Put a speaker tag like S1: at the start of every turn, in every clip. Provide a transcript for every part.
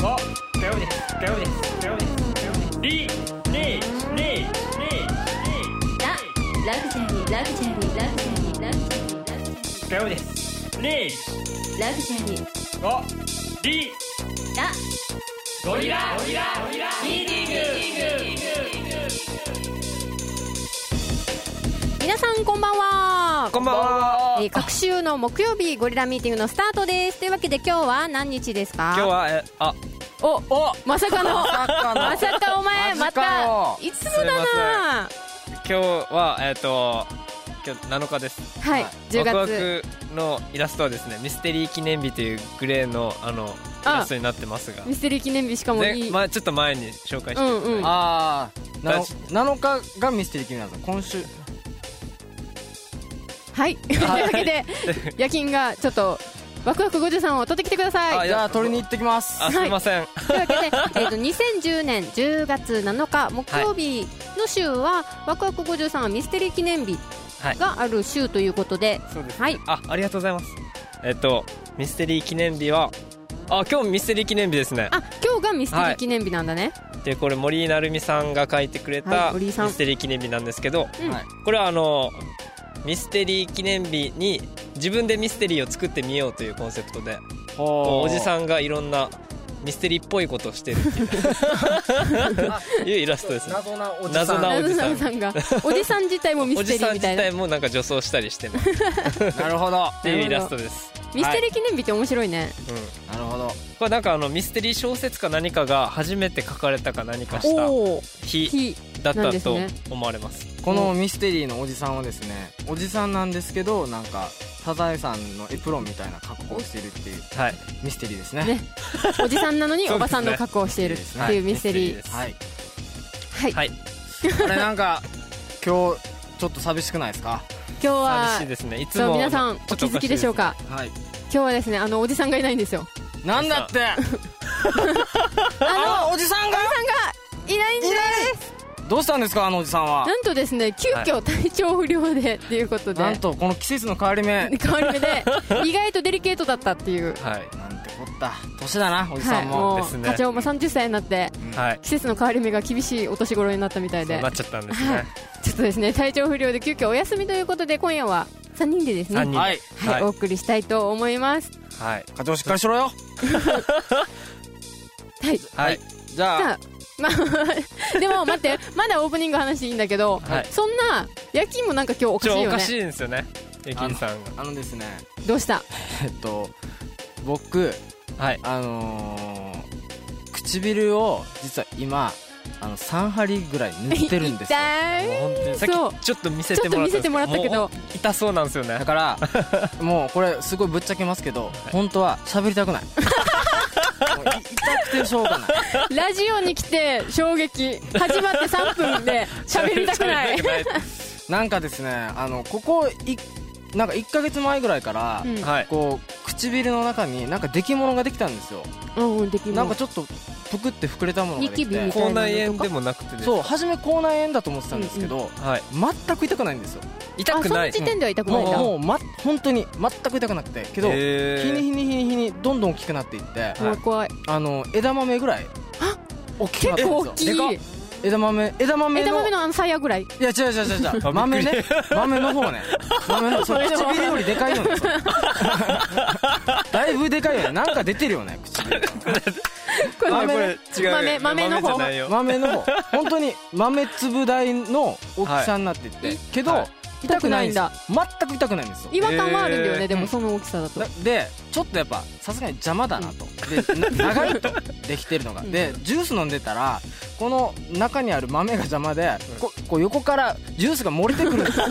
S1: 五、火曜日です。火曜日です。火曜日です。火曜日です。リ、リ、リ、リ、リ、
S2: ララグジュアリーラグジュアリーラグジュアリーラグジュアリーラグジュアリ
S1: 火曜日です。リ、
S2: ーラグジュアリーラ
S1: 五、リ、ゴリラ、ゴリラ、ゴリラ、ミーティング。
S3: 皆さんこんばんは
S4: こんばんは。
S3: えー、各週の木曜日ゴリラミーティングのスタートですというわけで今日は何日ですか
S4: 今日は、え、あ、
S3: お
S4: お
S3: まさかのま
S4: かの
S3: さかお前ま
S4: まさか
S3: た
S4: の
S3: いつもだな
S4: 今日は、えっ、と、今日7日です。
S3: はい10月
S4: ワクワクのイラストはですね、ミステリー記念日というグレーの、あの、イラストになってますが、
S3: ミステリー記念日しかも
S4: 前
S3: いい、
S4: まあ、ちょっと前に紹介していただいて、
S3: う んうん
S5: ああ
S4: だし
S5: 7日がミステリー君なんですか今週
S3: はいというわ けで夜勤がちょっとワクワク53を取ってきてください
S5: じゃあ取りに行ってきます
S4: あ、すいません。
S3: というわけで、 えー、と2010年10月7日木曜日の週は、ワクワク53はミステリー記念日
S4: はい
S3: がある週ということで、
S4: そうです
S3: はい
S4: あ、ありがとうございます。えっと、ミステリー記念日は、あ、今日ミステリー記念日ですね。
S3: あ今日がミステリー記念日なんだね、
S4: で、これ森井成美さんが書いてくれ
S3: は
S4: た
S3: い
S4: ミ
S3: 森井さん
S4: ステリー記念日なんですけど、
S3: うん
S5: はい
S4: これはあの、ミステリー記念日に自分でミステリーを作ってみようというコンセプトで、
S5: お
S4: おじさんがいろんなミステリーっぽいことをしてるっていういうイラストですね。
S5: 謎なおじ
S4: 謎
S5: さ
S4: な
S3: ラ
S4: お
S3: ブ
S4: じ
S3: サ
S4: さ
S3: ムさ
S4: ん。
S3: んがおじさん自体も ミ
S4: お
S3: ス
S4: じ
S3: テリ
S4: さ
S3: ー
S4: ん
S3: み
S4: 自
S3: たいな
S4: 体もなんか女装したりしてますっ
S5: んなるほど
S4: て いうイラストです。
S3: ミステリー記念日って面白いね、
S4: うん
S5: なるほど
S4: これなんかあのミステリー小説か何かが初めて書かれたか何かした
S3: おお
S4: 日
S3: ひ
S4: だっ
S3: なん
S4: た
S3: です
S4: と
S3: ね
S4: 思われます
S5: このミステリーのおじさんはですねおじさんなんですけどなんかサザエさんのエプロンみたいな格好をしてるっていう
S4: はい
S5: ミステリーですね
S3: ねおじさんなのに
S4: そうですね
S3: おばさんの格好をしているっていうミステリー
S4: です
S5: はい
S3: はい、
S4: はい
S5: これなんか今日ちょっと寂しくないですか
S3: 今日は
S4: 寂しいですねいつ
S3: そう
S4: も
S3: 皆さんお
S4: ちょっと
S3: 気づ
S4: かし
S3: き
S4: い
S3: でしょうか
S5: はい
S3: 今日はですねあのおじさんがいないんですよ
S5: なんだって
S3: あ
S5: あのおじさんが
S3: のおじさんがいないんです
S5: どうしたんですかあのおじさんは
S3: なんとですね急遽体調不良でっていうことで、
S5: なんとこの季節の変わ り目
S3: 変わり 目で意外とデリケートだったっていう、
S4: はい
S5: なんてこった年だなおじさ
S3: はい、
S5: んも、
S3: もう
S4: ですね
S3: 課長も30歳になって
S4: はい
S3: 季節の変わり目が厳しいお年頃になったみたい
S4: そ
S3: で
S4: うなっちゃったんです
S3: は
S4: ね
S3: いちょっとですね体調不良で急遽お休みということで今夜は3人でですね
S4: 3人で
S5: はい
S3: はい、お送りしたいと思います
S4: はい
S5: 課長しっかりしろよ
S3: はい
S4: はい
S5: じゃ
S3: さ
S5: あ
S3: あまあ でも待ってまだオープニング話いいんだけど、
S4: はい
S3: そんな夜勤もなんか今日おか
S4: ち
S3: しい
S4: ょお
S3: よ
S4: か
S3: ね
S4: しいんですよねゆきりさん
S5: あのですね
S3: どうした
S5: えっと僕
S4: がはい
S5: あのー、唇を実は今あの3針ぐらい塗ってるんです よ
S3: 痛い
S4: もう本当にさ
S3: そう
S4: っきちょっと見せてもらったんです
S3: ちょっと見せてもらったけど
S4: もう痛そうなんですよね
S5: だからもうこれすごいぶっちゃけますけど本当は喋りたくないもうい痛くてしょうがない
S3: ラジオに来て衝撃始まって3分で喋りたくない
S4: 喋りたく
S5: なんかですねあのここいなんか1か月前ぐらいから、
S3: うん
S4: ない はい
S5: こう唇の中になんか出来物ができたんですよ
S3: うんうんできる
S5: なんかちょっとぷくって膨れたものができ
S3: ニキビみ
S5: て
S3: たい
S4: 口内炎でもなくてです
S5: そう初め口内炎だと思ってたんですけど、
S4: はい
S5: 全く痛くないんですよ
S4: 痛くない
S3: あその時点では痛くないんだ、
S5: もうもう、ま、本当に全く痛くなくてけど、
S4: へー
S5: 日に日に日に日にどんどん大きくなっていって、
S3: 怖い怖い
S5: あの枝豆ぐらい大きくなっ
S3: 結
S5: てる
S3: 構
S5: ん
S3: 大
S5: です
S3: き
S5: よ
S3: い
S5: 枝豆枝豆の
S3: 枝豆のあの鞘ぐらい
S5: いや違う違う違う違
S4: あ
S5: う豆ね豆の方ね豆 のそう唇よりでかいよ ねそうだいぶでかいよねなんか出てるよね唇
S3: こ
S4: あ
S3: れ豆
S4: これ違う
S3: 豆豆の方
S4: じゃないよ
S5: 豆の方本当に豆粒大の大きさになってって、
S3: はい
S5: けど、
S4: はい
S5: 痛くないんです
S3: 痛
S5: 全く痛くないんですよ
S3: 違和感はあるんだよね、
S4: えー
S3: でもその大きさだと
S5: だでちょっとやっぱさすがに邪魔だなとでな長いとできてるのがでジュース飲んでたらこの中にある豆が邪魔でここう横からジュースが漏れてくるんですよ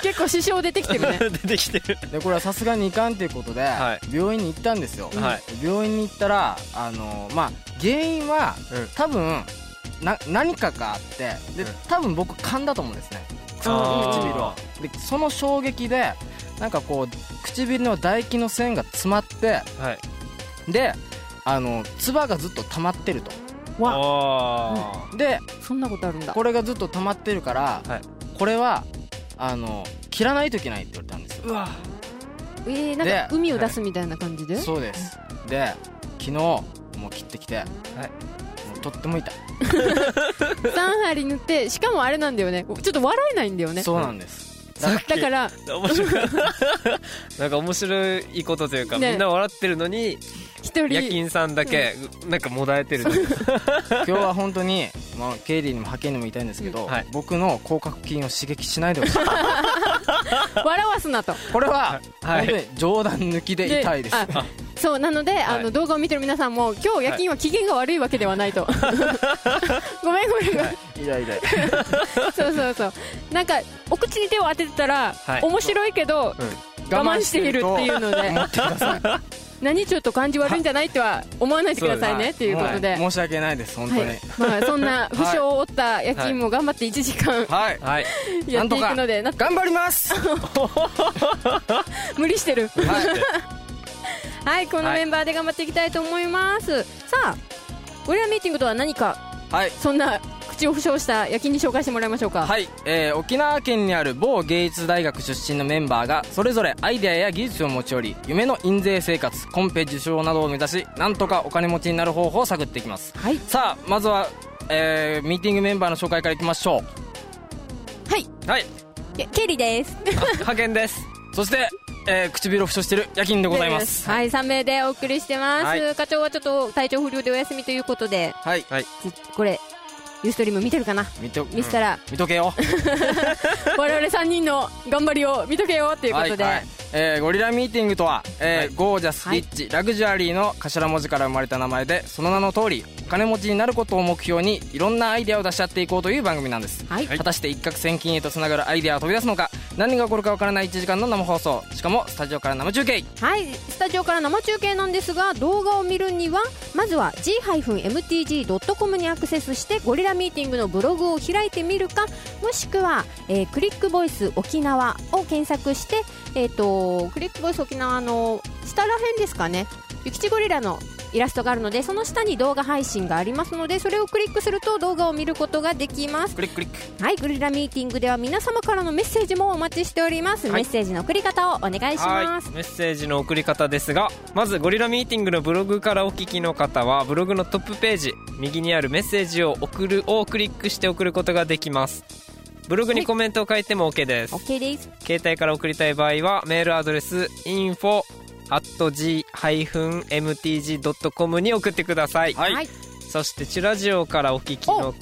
S3: 結構支障出てきてる ね
S4: 出てきてる
S5: でこれはさすがにいかんっていうことで、
S4: は
S5: 病院に行ったんですよ、
S4: は
S5: 病院に行ったらあのまあ原因は、
S4: うん
S5: 多分な何かがあってで
S4: うん
S5: 多分僕噛んだと思うんですね唇を
S4: あ
S5: でその衝撃でなんかこう唇の唾液の線が詰まって
S4: ーはい
S5: であの唾がずっと溜まってると
S3: わ
S4: あ
S5: で
S3: そんなことあるんだ
S5: これがずっと溜まってるから、
S4: はい
S5: これはあの切らないといけないって言われたんですよ
S4: ーうわ
S3: えー、なんか
S5: で
S3: 海を出すみたいな感じで、
S5: そうですで昨日もう切ってきて、もうとっても痛い、
S3: 3針塗ってしかもあれなんだよねちょっと笑えないんだよね
S5: そうなんです
S4: さっき
S3: だから
S4: 面白い なんか面白いことというか、
S3: ね
S4: みんな笑ってるのに
S3: 一
S4: 夜
S3: 人
S4: 勤さんだけ、なんかもだえてるというか
S5: 今日は本当に、 まあ、経理にも派遣にも痛いんですけど、
S4: うんはい
S5: 僕の広角筋を刺激しないでほしい
S3: 笑わすなと
S5: これは、
S4: はい
S5: 本当に冗談抜きで痛いです
S3: あそうなので、あの動画を見てる皆さんも今日夜勤は機嫌が悪いわけではないと、 ごめんごめんごめん、
S5: 痛い痛い
S3: そうそうそうなんかお口に手を当ててたら、
S4: はい
S3: 面白いけど、我慢しているっていうので
S5: 思ってください
S3: 何ちょっと感じ悪いんじゃないとは思わないでくださいねっていうことで、
S5: は申し訳ないです本当に
S3: はいまあ、そんな負傷を負った夜勤も頑張って1時間
S5: はい、
S4: はい
S3: やっていくので、な
S5: 頑張ります
S3: 無理してる
S5: はい
S3: はいこのメンバーで頑張っていきたいと思います、さあゴリラミーティングとは何か
S5: はい
S3: そんな口を負傷した夜勤に紹介してもらいましょうか
S5: はい、えー沖縄県にある某芸術大学出身のメンバーがそれぞれアイデアや技術を持ち寄り夢の印税生活コンペ受賞などを目指しなんとかお金持ちになる方法を探っていきます
S3: はい
S5: さあまずは、えーミーティングメンバーの紹介からいきましょ
S3: はい、
S5: うはい
S2: けケリです
S4: 派遣です
S5: そして、えー唇を負傷してる夜勤でございます
S3: はい、3名でお送りしてます、
S5: はい
S3: 課長はちょっと体調不良でお休みということで
S5: はい、はい、
S3: これユーストリーム見てるかな
S5: 見と
S3: 見せたら、
S5: 見とけよ
S3: 我々3人の頑張りを見とけよっていうことで、
S5: はいはいえーゴリラミーティングとは、えーゴージャス
S3: はい
S5: リッチ、ラグジュアリーの頭文字から生まれた名前でその名の通りお金持ちになることを目標にいろんなアイデアを出し合っていこうという番組なんです、
S3: はい
S5: 果たして一攫千金へとつながるアイデアは飛び出すのか何が起こるかわからない1時間の生放送しかもスタジオから生中継
S3: はい、スタジオから生中継なんですが動画を見るにはまずは g-mtg.com にアクセスしてゴリラミーティングのブログを開いてみるかもしくは、えークリックボイス沖縄を検索して、えー、とクリックボイス沖縄の下ら辺ですかねゆきちゴリラのイラストがあるのでその下に動画配信がありますのでそれをクリックすると動画を見ることができます
S5: クリッククリック
S3: はい、ゴリラミーティングでは皆様からのメッセージもお待ちしております、メッセージの送り方をお願いします
S4: メッセージの送り方ですがまずゴリラミーティングのブログからお聞きの方はブログのトップページ右にある「メッセージを送る」をクリックして送ることができますブログにコメントを書いても OK です
S3: OK です
S4: 携帯から送りたい場合はメールアドレス info g-mtg.com に送ってください、
S5: はい
S3: はい
S4: そしてチュラジオからお聞きの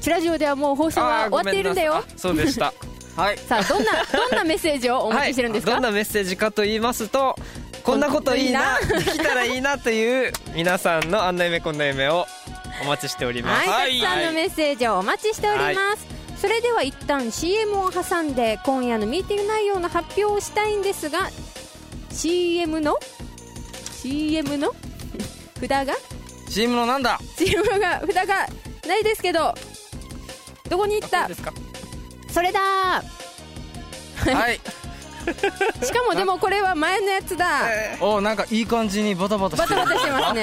S3: チラジオではもう放送
S4: あ
S3: が
S4: ー
S3: 終わ
S4: ご
S3: っ
S4: め
S3: ているん
S4: な
S3: だよ
S4: さいあそうでした
S5: はい
S3: さあどんなどんなメッセージをお待ちしてるんですか、
S4: はい、どんなメッセージかと言いますとこんなこといいなできたらいいなという皆さんのあんな夢こんな夢をお待ちしております
S3: はい、たくさんのメッセージをお待ちしております、それでは一旦 CM を挟んで今夜のミーティング内容の発表をしたいんですが CM の CM の 札が
S5: CM のなんだ
S3: CM が札がないですけどどこに行っ
S4: ど
S3: た
S4: うですか
S3: それだ
S5: はい
S3: しかもでもこれは前のやつだ
S5: おなんかいい感じにバタバタ
S3: バ
S5: して
S3: タ
S5: る
S3: バタしてます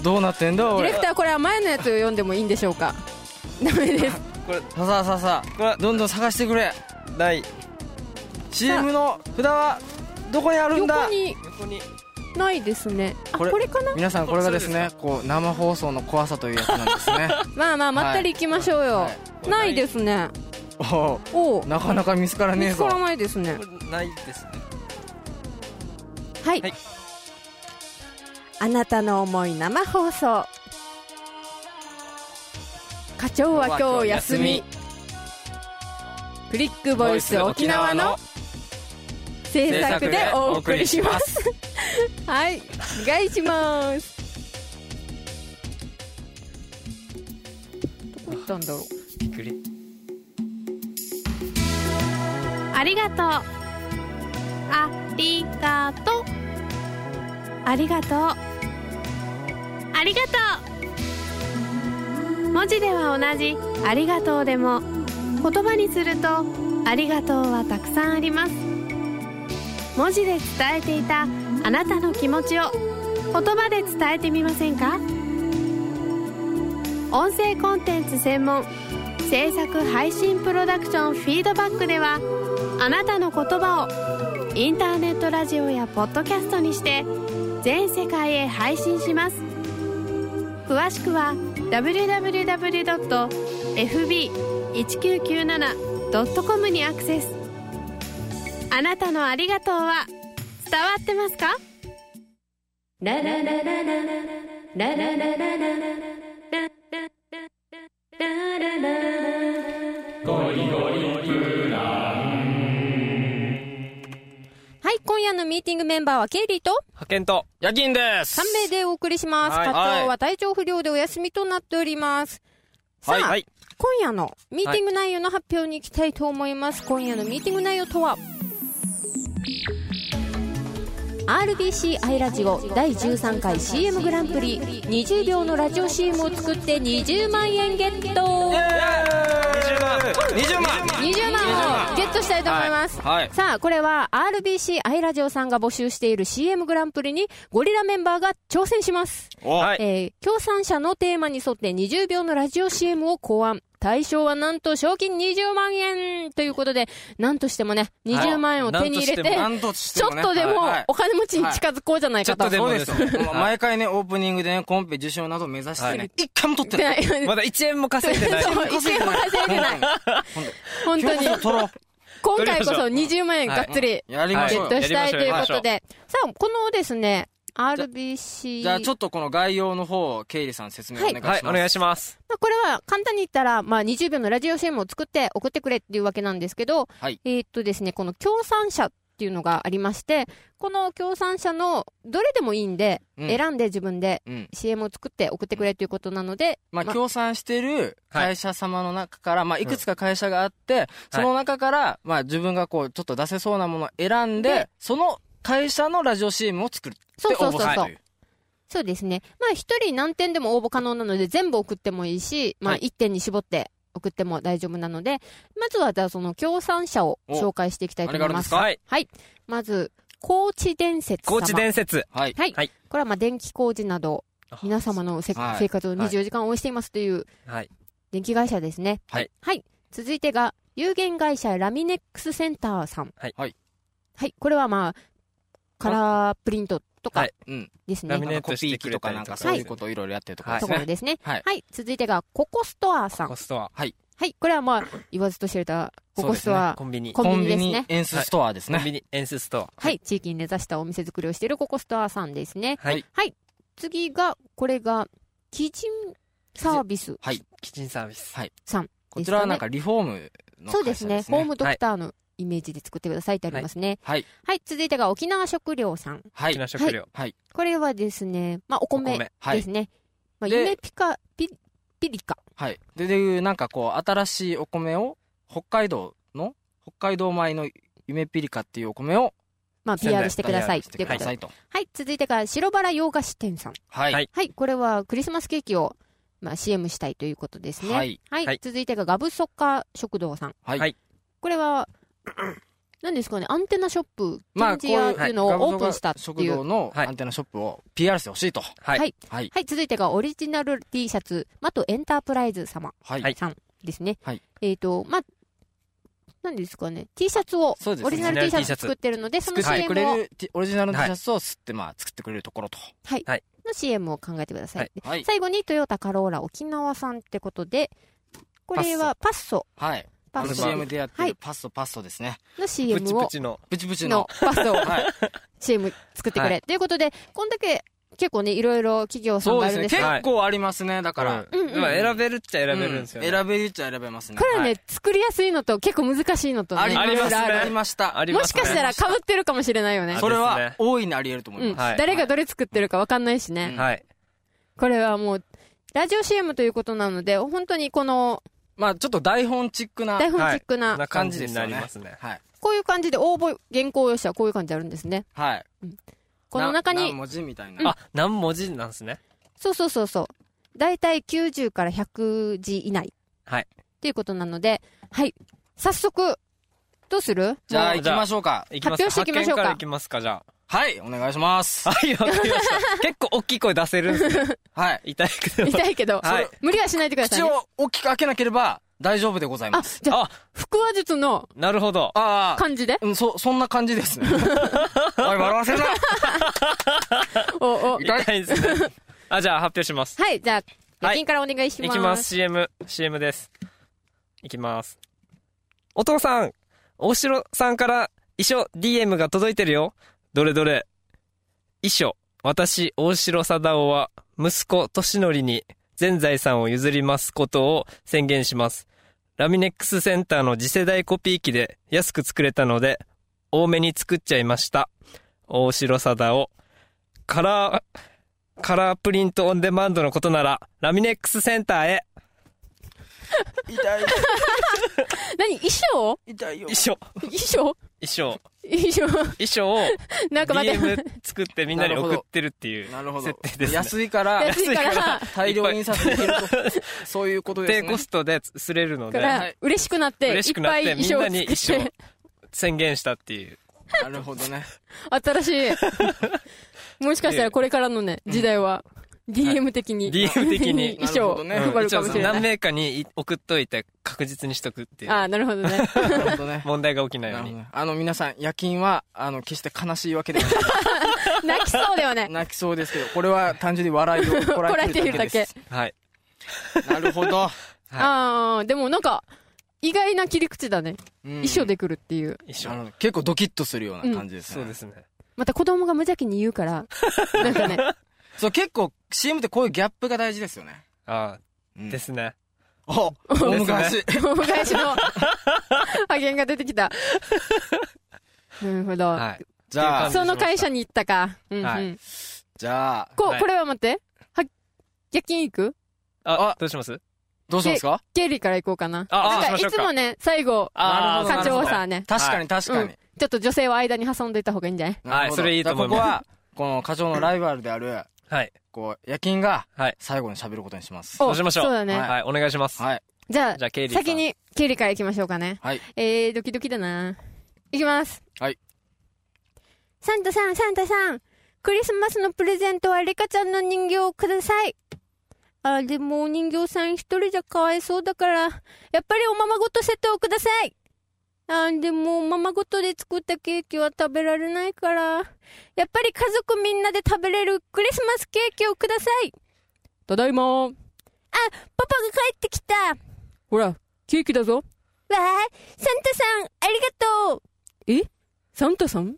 S3: ね
S5: どうなってんだ
S3: ディレ
S5: 俺
S3: クターこれは前のやつを読んでもいいんでしょうか ダメです
S4: これ
S5: さあさあさあさ
S4: これ
S5: あどんどん探してくれ
S4: ない
S5: CM の札はどこにあるんだ
S3: 横に
S4: 横に
S3: ないですねあこ
S5: こ
S3: れ
S5: れ
S3: かな
S5: 皆さんこれがですね
S4: そ
S5: こう生放送の怖さというやつなんです ね
S3: まあまあまったり行きましょうよ、
S5: はいはい
S3: ないですね
S5: お
S3: お
S5: お
S3: お
S5: なかなか見つから
S3: 見
S5: ねえ
S3: つ
S5: ぞ
S3: からないですね
S4: これないですね
S3: はい、
S4: はい
S3: あなたの思い生放送課長は今日休みクリックボイス沖縄の制作でお送りしますはいお願いしますどこ行ったんだろう
S4: びっくり
S6: ありがとう。ありがとう。ありがとう。ありがとう。文字では同じ「ありがとう」でも言葉にすると「ありがとう」はたくさんあります文字で伝えていたあなたの気持ちを言葉で伝えてみませんか音声コンテンツ専門制作配信プロダクションフィードバックではあなたの言葉をインターネットラジオやポッドキャストにして全世界へ配信します詳しくは www.fb1997.com にアクセスあなたのありがとうは伝わってますか
S2: ラララララララララララララララララ
S3: はい今夜のミーティングメンバーはケイリーと
S4: 派遣と
S5: 夜勤です
S3: 3名でお送りします、
S4: はい
S3: カットは体調不良でお休みとなっておりますさあ、
S4: はいはい
S3: 今夜のミーティング内容の発表に行きたいと思います、今夜のミーティング内容とは RBC アイラジオ第13回 CM グランプリ20秒のラジオ CM を作って20万円ゲッ
S4: 20
S3: ト
S4: 万
S5: 20万
S3: 20万をゲットしたいと思います、
S5: はいはい
S3: さあこれは RBC アイラジオさんが募集している CM グランプリにゴリラメンバーが挑戦します
S4: はい
S3: えー協賛者のテーマに沿って20秒のラジオ CM を考案。対象はなんと賞金20万円ということで、なんとしてもね、20万円を手に入れて、
S5: なんとして
S3: ちょ
S5: も
S3: っ
S5: ね
S3: とでも
S5: はいはい
S3: お金持ちに近づこうじゃないかと。
S4: はいちょっと
S5: そう
S4: も
S5: ですよもう毎回ねオープニングでねコンペ受賞など目指して
S4: は
S5: ね一回も取って
S3: で
S5: ない
S3: ない
S4: まだ1円も稼いでない
S3: そう
S5: 一
S3: 一円も稼いでない。本当に。
S5: 今日こそ取ろう
S3: 今回こそ20万円がっつり
S5: やり
S3: ゲ
S5: ましょう
S3: ッ
S5: よ
S3: トしたいと
S4: はいいう
S3: こと
S4: やりましょうやりまし
S3: で。さあ、このですね、RBC。
S5: じゃあちょっとこの概要の方を経理さん説明お願いします
S4: はいお願いします
S3: まあ、これは簡単に言ったら、まあ、20秒のラジオ CM を作って送ってくれっていうわけなんですけど、
S5: はい
S3: えーっとですね、この協賛者っていうのがありまして、この協賛者のどれでもいいんで、
S5: うん
S3: 選んで自分で
S5: うん
S3: CM を作って送ってくれということなので、
S5: まあ、
S3: ま
S5: 協賛してる会社様の中から、いまあ、いくつか会社があって、その中から、まあ、自分がこう、ちょっと出せそうなものを選んで、
S3: で
S5: その会社のラジオ CM を作るっ
S3: そう
S5: て
S3: そう
S5: 応
S3: そ
S5: 募
S3: う
S5: する
S3: そう
S5: という。
S3: そうですね。まあ、一人何点でも応募可能なので、全部送ってもいいし、まあ、
S5: はい
S3: 一点に絞って送っても大丈夫なので、まずは、じゃあ、その協賛者を紹介していきたいと思います。
S5: おあ
S4: はい
S3: はい。まず、高知伝説様。
S4: 高知伝説
S5: はい。
S3: はい、
S4: はい
S3: これはまあ電気工事など
S4: あ
S3: 皆様のせ、
S5: はい
S3: 生活を
S5: はい
S3: 24時間応援していますという
S4: はい
S3: 電気会社ですね
S5: はい、
S3: 続いてが有限会社ラミネックスセンターさん
S4: はい
S5: はい
S3: はいこれはまあカラープリントとか
S4: はい
S5: うん
S3: ですね、
S4: ラミネー
S5: コ
S4: ト
S5: ピ
S4: して
S5: ー
S4: く
S5: 機
S4: れ
S5: と
S4: た
S5: か
S4: り
S5: なん
S4: とか
S5: かそういうことをいろいろやってるところで
S3: と
S5: す
S3: こ
S5: ね。
S3: ろですね
S5: はい。
S3: はい続いてがココストアさん
S4: コストは
S3: はいこれはまあ言わずと知れたココストア
S4: コンビニ
S3: コ
S4: コ
S3: ン
S5: コン
S3: ビ
S5: ビ
S3: ニです
S5: ニ
S3: ね
S5: エンスストアですね。
S4: ンビニエンススト
S3: はい地域に根ざしたお店作りをしているココストアさんですね
S4: アは
S5: はいい
S3: 次がこれが基準サービス
S4: キッチンサービス
S5: こちらはなんかリフォームの
S3: そう
S5: 会社
S3: で
S5: ですす
S3: ね
S5: ね。
S3: ホームドクターのイメージで作ってくださいってありますね
S5: はい。
S3: はい、続いてが沖縄食料さん
S5: は
S4: 沖
S5: い
S4: 縄。食料
S3: これはですねまあお米
S4: お米
S5: は
S3: で
S5: い
S3: す。ね、まあ、
S5: で
S3: 夢ピカピピリカ
S5: はい。で、で、なんかこう、新しいお米を、北海道の、北海道米の夢ピリカっていうお米を
S3: まあ
S4: 仙台
S3: PR してください
S5: し
S3: と
S5: て
S3: いう
S5: く
S3: こ
S5: だ
S3: とで
S5: さ
S3: はい、
S5: いと。
S3: 続いてが白バラ洋菓子店さん
S5: はい。
S4: は
S5: はいい。
S3: はいこれはクリスマスケーキをまあ CM したいということですねは
S5: はいい、
S4: はい
S3: 続いてがガブソッカ食堂さん
S5: はい
S4: はい
S3: これは 何ですかねアンテナショップ
S5: ま
S3: 展
S5: あ
S3: 示屋っていうのをオープンしたって
S5: 食
S3: いう
S5: 堂の
S4: はい
S5: アンテナショップを PR してほしいと。
S4: はい
S3: はい
S5: はい。
S3: はい、続いてがオリジナル T シャツ、マトエンタープライズ様
S5: はい。
S4: はい
S3: さんですね。
S5: はい
S3: えっ、と、まあ、何ですかね、T シャツを、
S5: そうです
S3: オリジナル T シャツ作ってるので、その
S5: 作ってく
S3: CM を、
S5: れる、T- オリジナルの
S4: は
S5: T
S4: い
S5: シャツを吸って、まあ、作ってくれるところと。
S3: の CM を考えてください。
S4: はい
S3: で
S5: はい。
S3: 最後にトヨタカローラ沖縄さんってことで、これはパッソ、
S5: はい。
S3: パ
S5: あ
S3: ッ
S5: の
S3: ソ
S5: CM でやって
S3: は
S5: る
S3: い
S5: パストパストですね。
S3: の
S4: プチ
S3: CM
S4: プ
S3: を、
S4: チの
S5: ブチブチ
S3: の
S5: の。
S3: パッソを
S5: はい
S3: CM 作ってくれ。
S4: は
S3: ということで、こんだけ結構ね、いろいろ企業さん
S5: そう
S3: があ
S5: で
S3: る
S5: す
S3: ん
S5: ね。
S3: です
S5: 結
S3: が、
S5: 構ありますね。だ
S4: か
S5: から。
S3: うんうん
S4: まあ選べるっちゃ選べるんですよね
S5: う選べるっちゃ選べますね。
S3: これはね、
S5: はい
S3: 作りやすいのと結構難しいのとね、
S5: あり
S4: ありま
S5: ますす
S4: ね
S5: ね。ありました。
S4: ありま
S3: も
S4: す
S3: し
S4: ね
S3: かしたら被ってるかもしれないよね。
S5: それ
S4: あです
S5: は
S4: ね
S5: 大いにあり得ると思
S3: う
S5: い
S3: ん、
S5: ます。
S4: はい
S3: 誰がどれ作ってるか分かんないしね、
S5: うん
S4: はい
S3: これはもうラジオ CM ということなので本当にこの
S5: まあ、ちょっと台本チックな
S3: 台本チックな、
S4: こんな感
S5: 感じ
S4: じ
S5: で
S4: に
S5: すよ
S4: な
S5: ね。
S4: りますね
S5: はい。
S3: こういう感じで応募原稿用紙はこういう感じであるんですね
S5: はい。
S3: この中
S5: な
S3: に
S5: 何文字みたいな。
S4: あ何文字なんですね
S3: そうそうそうそう大体90から100字以内
S4: はい
S3: っていうことなのではい早速どうする
S5: じゃあ、
S4: もう
S5: 行きましょうか。
S4: いきます
S3: 発表していきましょう
S4: 派
S3: か
S4: 遣らいきますかじゃ
S5: はい、お願いします
S4: あ。はいわかりました結構大きい声出せるんですね
S5: はい。
S4: 痛いけど
S3: 痛いけど、
S4: はい
S3: 無理はしないでください、
S5: 口
S3: ね、
S5: を大きく開けなければ大丈夫でござい
S3: あ
S5: ます。
S3: じゃあ
S4: あ
S3: 腹話術の
S4: なるほど
S5: ああ、
S3: 感じで
S5: うん、そ、そんな感じで すね。おい、笑わせるな。
S3: おお
S4: 痛いですねあじゃあ発表します
S3: はい、じゃあ、
S4: は
S3: 夜
S4: い
S3: 勤からお願いし
S4: い
S3: ます。
S4: きます CMCM ですいきますお父さん大城さんから衣装 DM が届いてるよどれどれ衣装私大城貞夫は息子俊則に全財産を譲りますことを宣言しますラミネックスセンターの次世代コピー機で安く作れたので多めに作っちゃいました大城貞夫カラーカラープリントオンデマンドのことなら、ラミネックスセンターへ。
S5: 痛い
S3: 何衣装
S5: 痛いよ
S4: 衣装、
S3: 衣装
S4: 衣装、
S3: 衣装
S4: 衣装を
S3: なんか待って。
S4: DM 作ってみんなに送ってるっていう
S5: なるほど
S4: 設定ですね。
S5: 安いから
S3: 安いから、
S5: 大量印刷できると そういうことで
S4: 低
S5: す
S4: コ
S5: ね
S4: ストで刷れるの
S3: か
S4: で、
S5: は
S3: ら
S5: い、
S3: 嬉しくなって、い
S4: 嬉し
S3: っ
S4: くなっ
S3: ぱい
S4: て
S3: 衣
S4: みん
S3: 装を
S4: な
S3: 作
S4: に
S3: っ
S4: 衣装
S3: て、
S4: 宣言したっていう。
S5: なるほどね
S3: 新し い。もしかしたらこれからのね、時代は、DM 的に。
S4: DM 的に
S3: 衣装を
S5: なるほどね
S3: 配るかもしれな
S4: 何
S3: い。
S4: 名かに送っといて確実にしとくってい
S3: あ
S4: う。
S3: あ、なるほ どね。
S5: なるほどね
S4: 問題が起きない
S5: な
S4: よう
S5: る
S4: に。
S5: ほどねあの皆さん夜勤はあの決して悲しいわけでは
S3: 泣きそうではな。
S5: ない泣きそうですけどこれは単純に笑いをこ
S3: こ
S5: ら
S3: ら
S5: え
S3: え
S5: て
S3: て
S5: い
S3: い
S5: る
S3: る
S5: だ
S3: だ
S5: け
S3: け
S5: です。
S4: はい。
S5: なるほど、
S4: はい
S3: ああ、でもなんか、意外な切り口だね。
S5: うん
S3: 衣装で来るっていう。
S4: 衣
S5: なる
S4: 装。
S5: ほど結構ドキッとするような感じですね、
S4: そうですね。
S3: また子供が無邪気に言うから、なんかね、
S5: そう結構 CM ってこういうギャップが大事ですよね、
S4: あ
S5: う
S4: あ、
S5: ん
S4: ですね。
S5: おお昔、
S3: お返 しの派遣が出てきた。なるほど。
S4: はい。
S5: じゃ
S4: っ
S5: あ
S4: ていう感
S3: その会社に行ったか。うんうん。
S4: はい
S5: じゃあ
S3: こ
S4: は、い
S3: これは待って。は、夜勤行く
S4: あ、どうします
S5: どうしますか
S3: 経理から行こうかな。
S4: ああ
S3: な
S4: し
S3: ん
S4: ま
S3: かい
S4: しょう
S3: つ
S4: か
S3: もね、最後、
S5: な
S4: あ
S5: る
S4: あ、
S5: ほど
S3: 課長さんね、
S5: 確かに確かに、
S3: ちょっと女性を間に挟んでいた方がいいんじゃない
S5: なるほど
S4: それいいと思います
S5: じゃあここはこの課長のライバルである
S4: はい。
S5: こう夜勤が
S4: はい
S5: 最後に喋ることにします
S4: そうしましょう
S3: そうだね。
S5: はい
S4: はい、お願いします。
S5: はい
S3: じゃあ
S4: じゃあ、ケイリーさん。
S3: 先。に経理から行きましょうかね。
S5: はい
S3: えー、ドキドキだな。いきます。
S5: はい。
S3: サンタさん、サンタさん。クリスマスのプレゼントはリカちゃんの人形をください。あー、でもお人形さん一人じゃかわいそうだから、やっぱりおままごとセットをください。あー、でもおままごとで作ったケーキは食べられないから、やっぱり家族みんなで食べれるクリスマスケーキをください。ただいま。あ、パパが帰ってきた。ほら、ケーキだぞ。わあ、サンタさん、ありがとうえサンタさん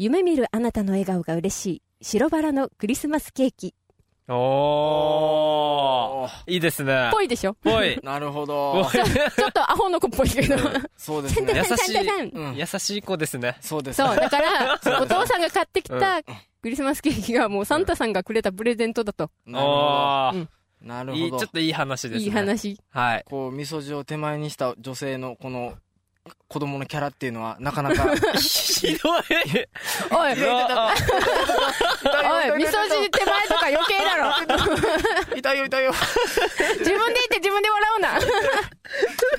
S3: 夢見るあなたの笑顔が嬉しい。白バラのクリスマスケーキ。
S4: おー。
S5: お
S4: いいですね。
S3: ぽいでしょ
S4: ぽい。
S5: なる
S4: ぽ
S5: ほど
S4: い。
S3: ちょっとアホの子っぽいけど。
S5: そうです
S4: 優
S5: ね
S4: し
S3: サンタさん
S5: うん
S4: い、優しい子ですね。
S5: そうです
S3: そう、
S5: ね
S3: だから、お父さんが買ってきたクリスマスケーキがもうサンタさんがくれたプレゼントだと。
S5: なるほ
S4: お
S3: う
S4: ー
S3: ん。
S5: どなる
S4: いい、
S5: ほ
S4: ちょっ
S5: ど
S4: といい話ですね。
S3: いい。話。
S4: はい。
S5: こう味噌汁を手前にした女性のこの子供のキャラっていうのはなかな か
S4: ひどい。
S3: おい、おい、味
S4: あ
S3: 噌汁手前とか余計だろ。
S5: 痛いよ痛いよ
S3: 自分で言って自分で笑うな。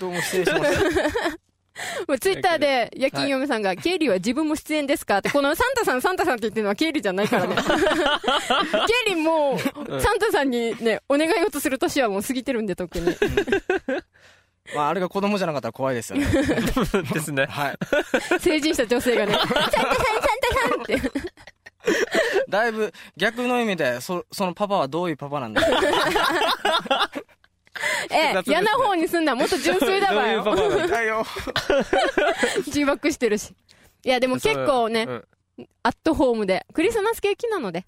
S5: どうも失礼しました
S3: もうツイッターで、夜勤嫁さんが、経理は自分も出演ですかって、このサンタさん、サンタさんって言ってるのは経理じゃないからね。経理も、サンタさんにね、お願い事する年はもう過ぎてるんで、特に。
S5: まああれが子供じゃなかったら怖いですよね
S4: ですね。
S5: はい
S3: 成人した女性がね、サンタさん、サンタさんって。
S5: だいぶ逆の意味でそそのパパはどういうパパなんだ
S3: ええ、嫌な方にすんな、もっと純粋だわ
S4: どう
S3: よ。
S4: いうパパなの
S5: 痛いよ
S3: 自爆してるし。いや、でも 結構ね
S4: う、ん
S3: アットホームで、クリスマスケーキなので、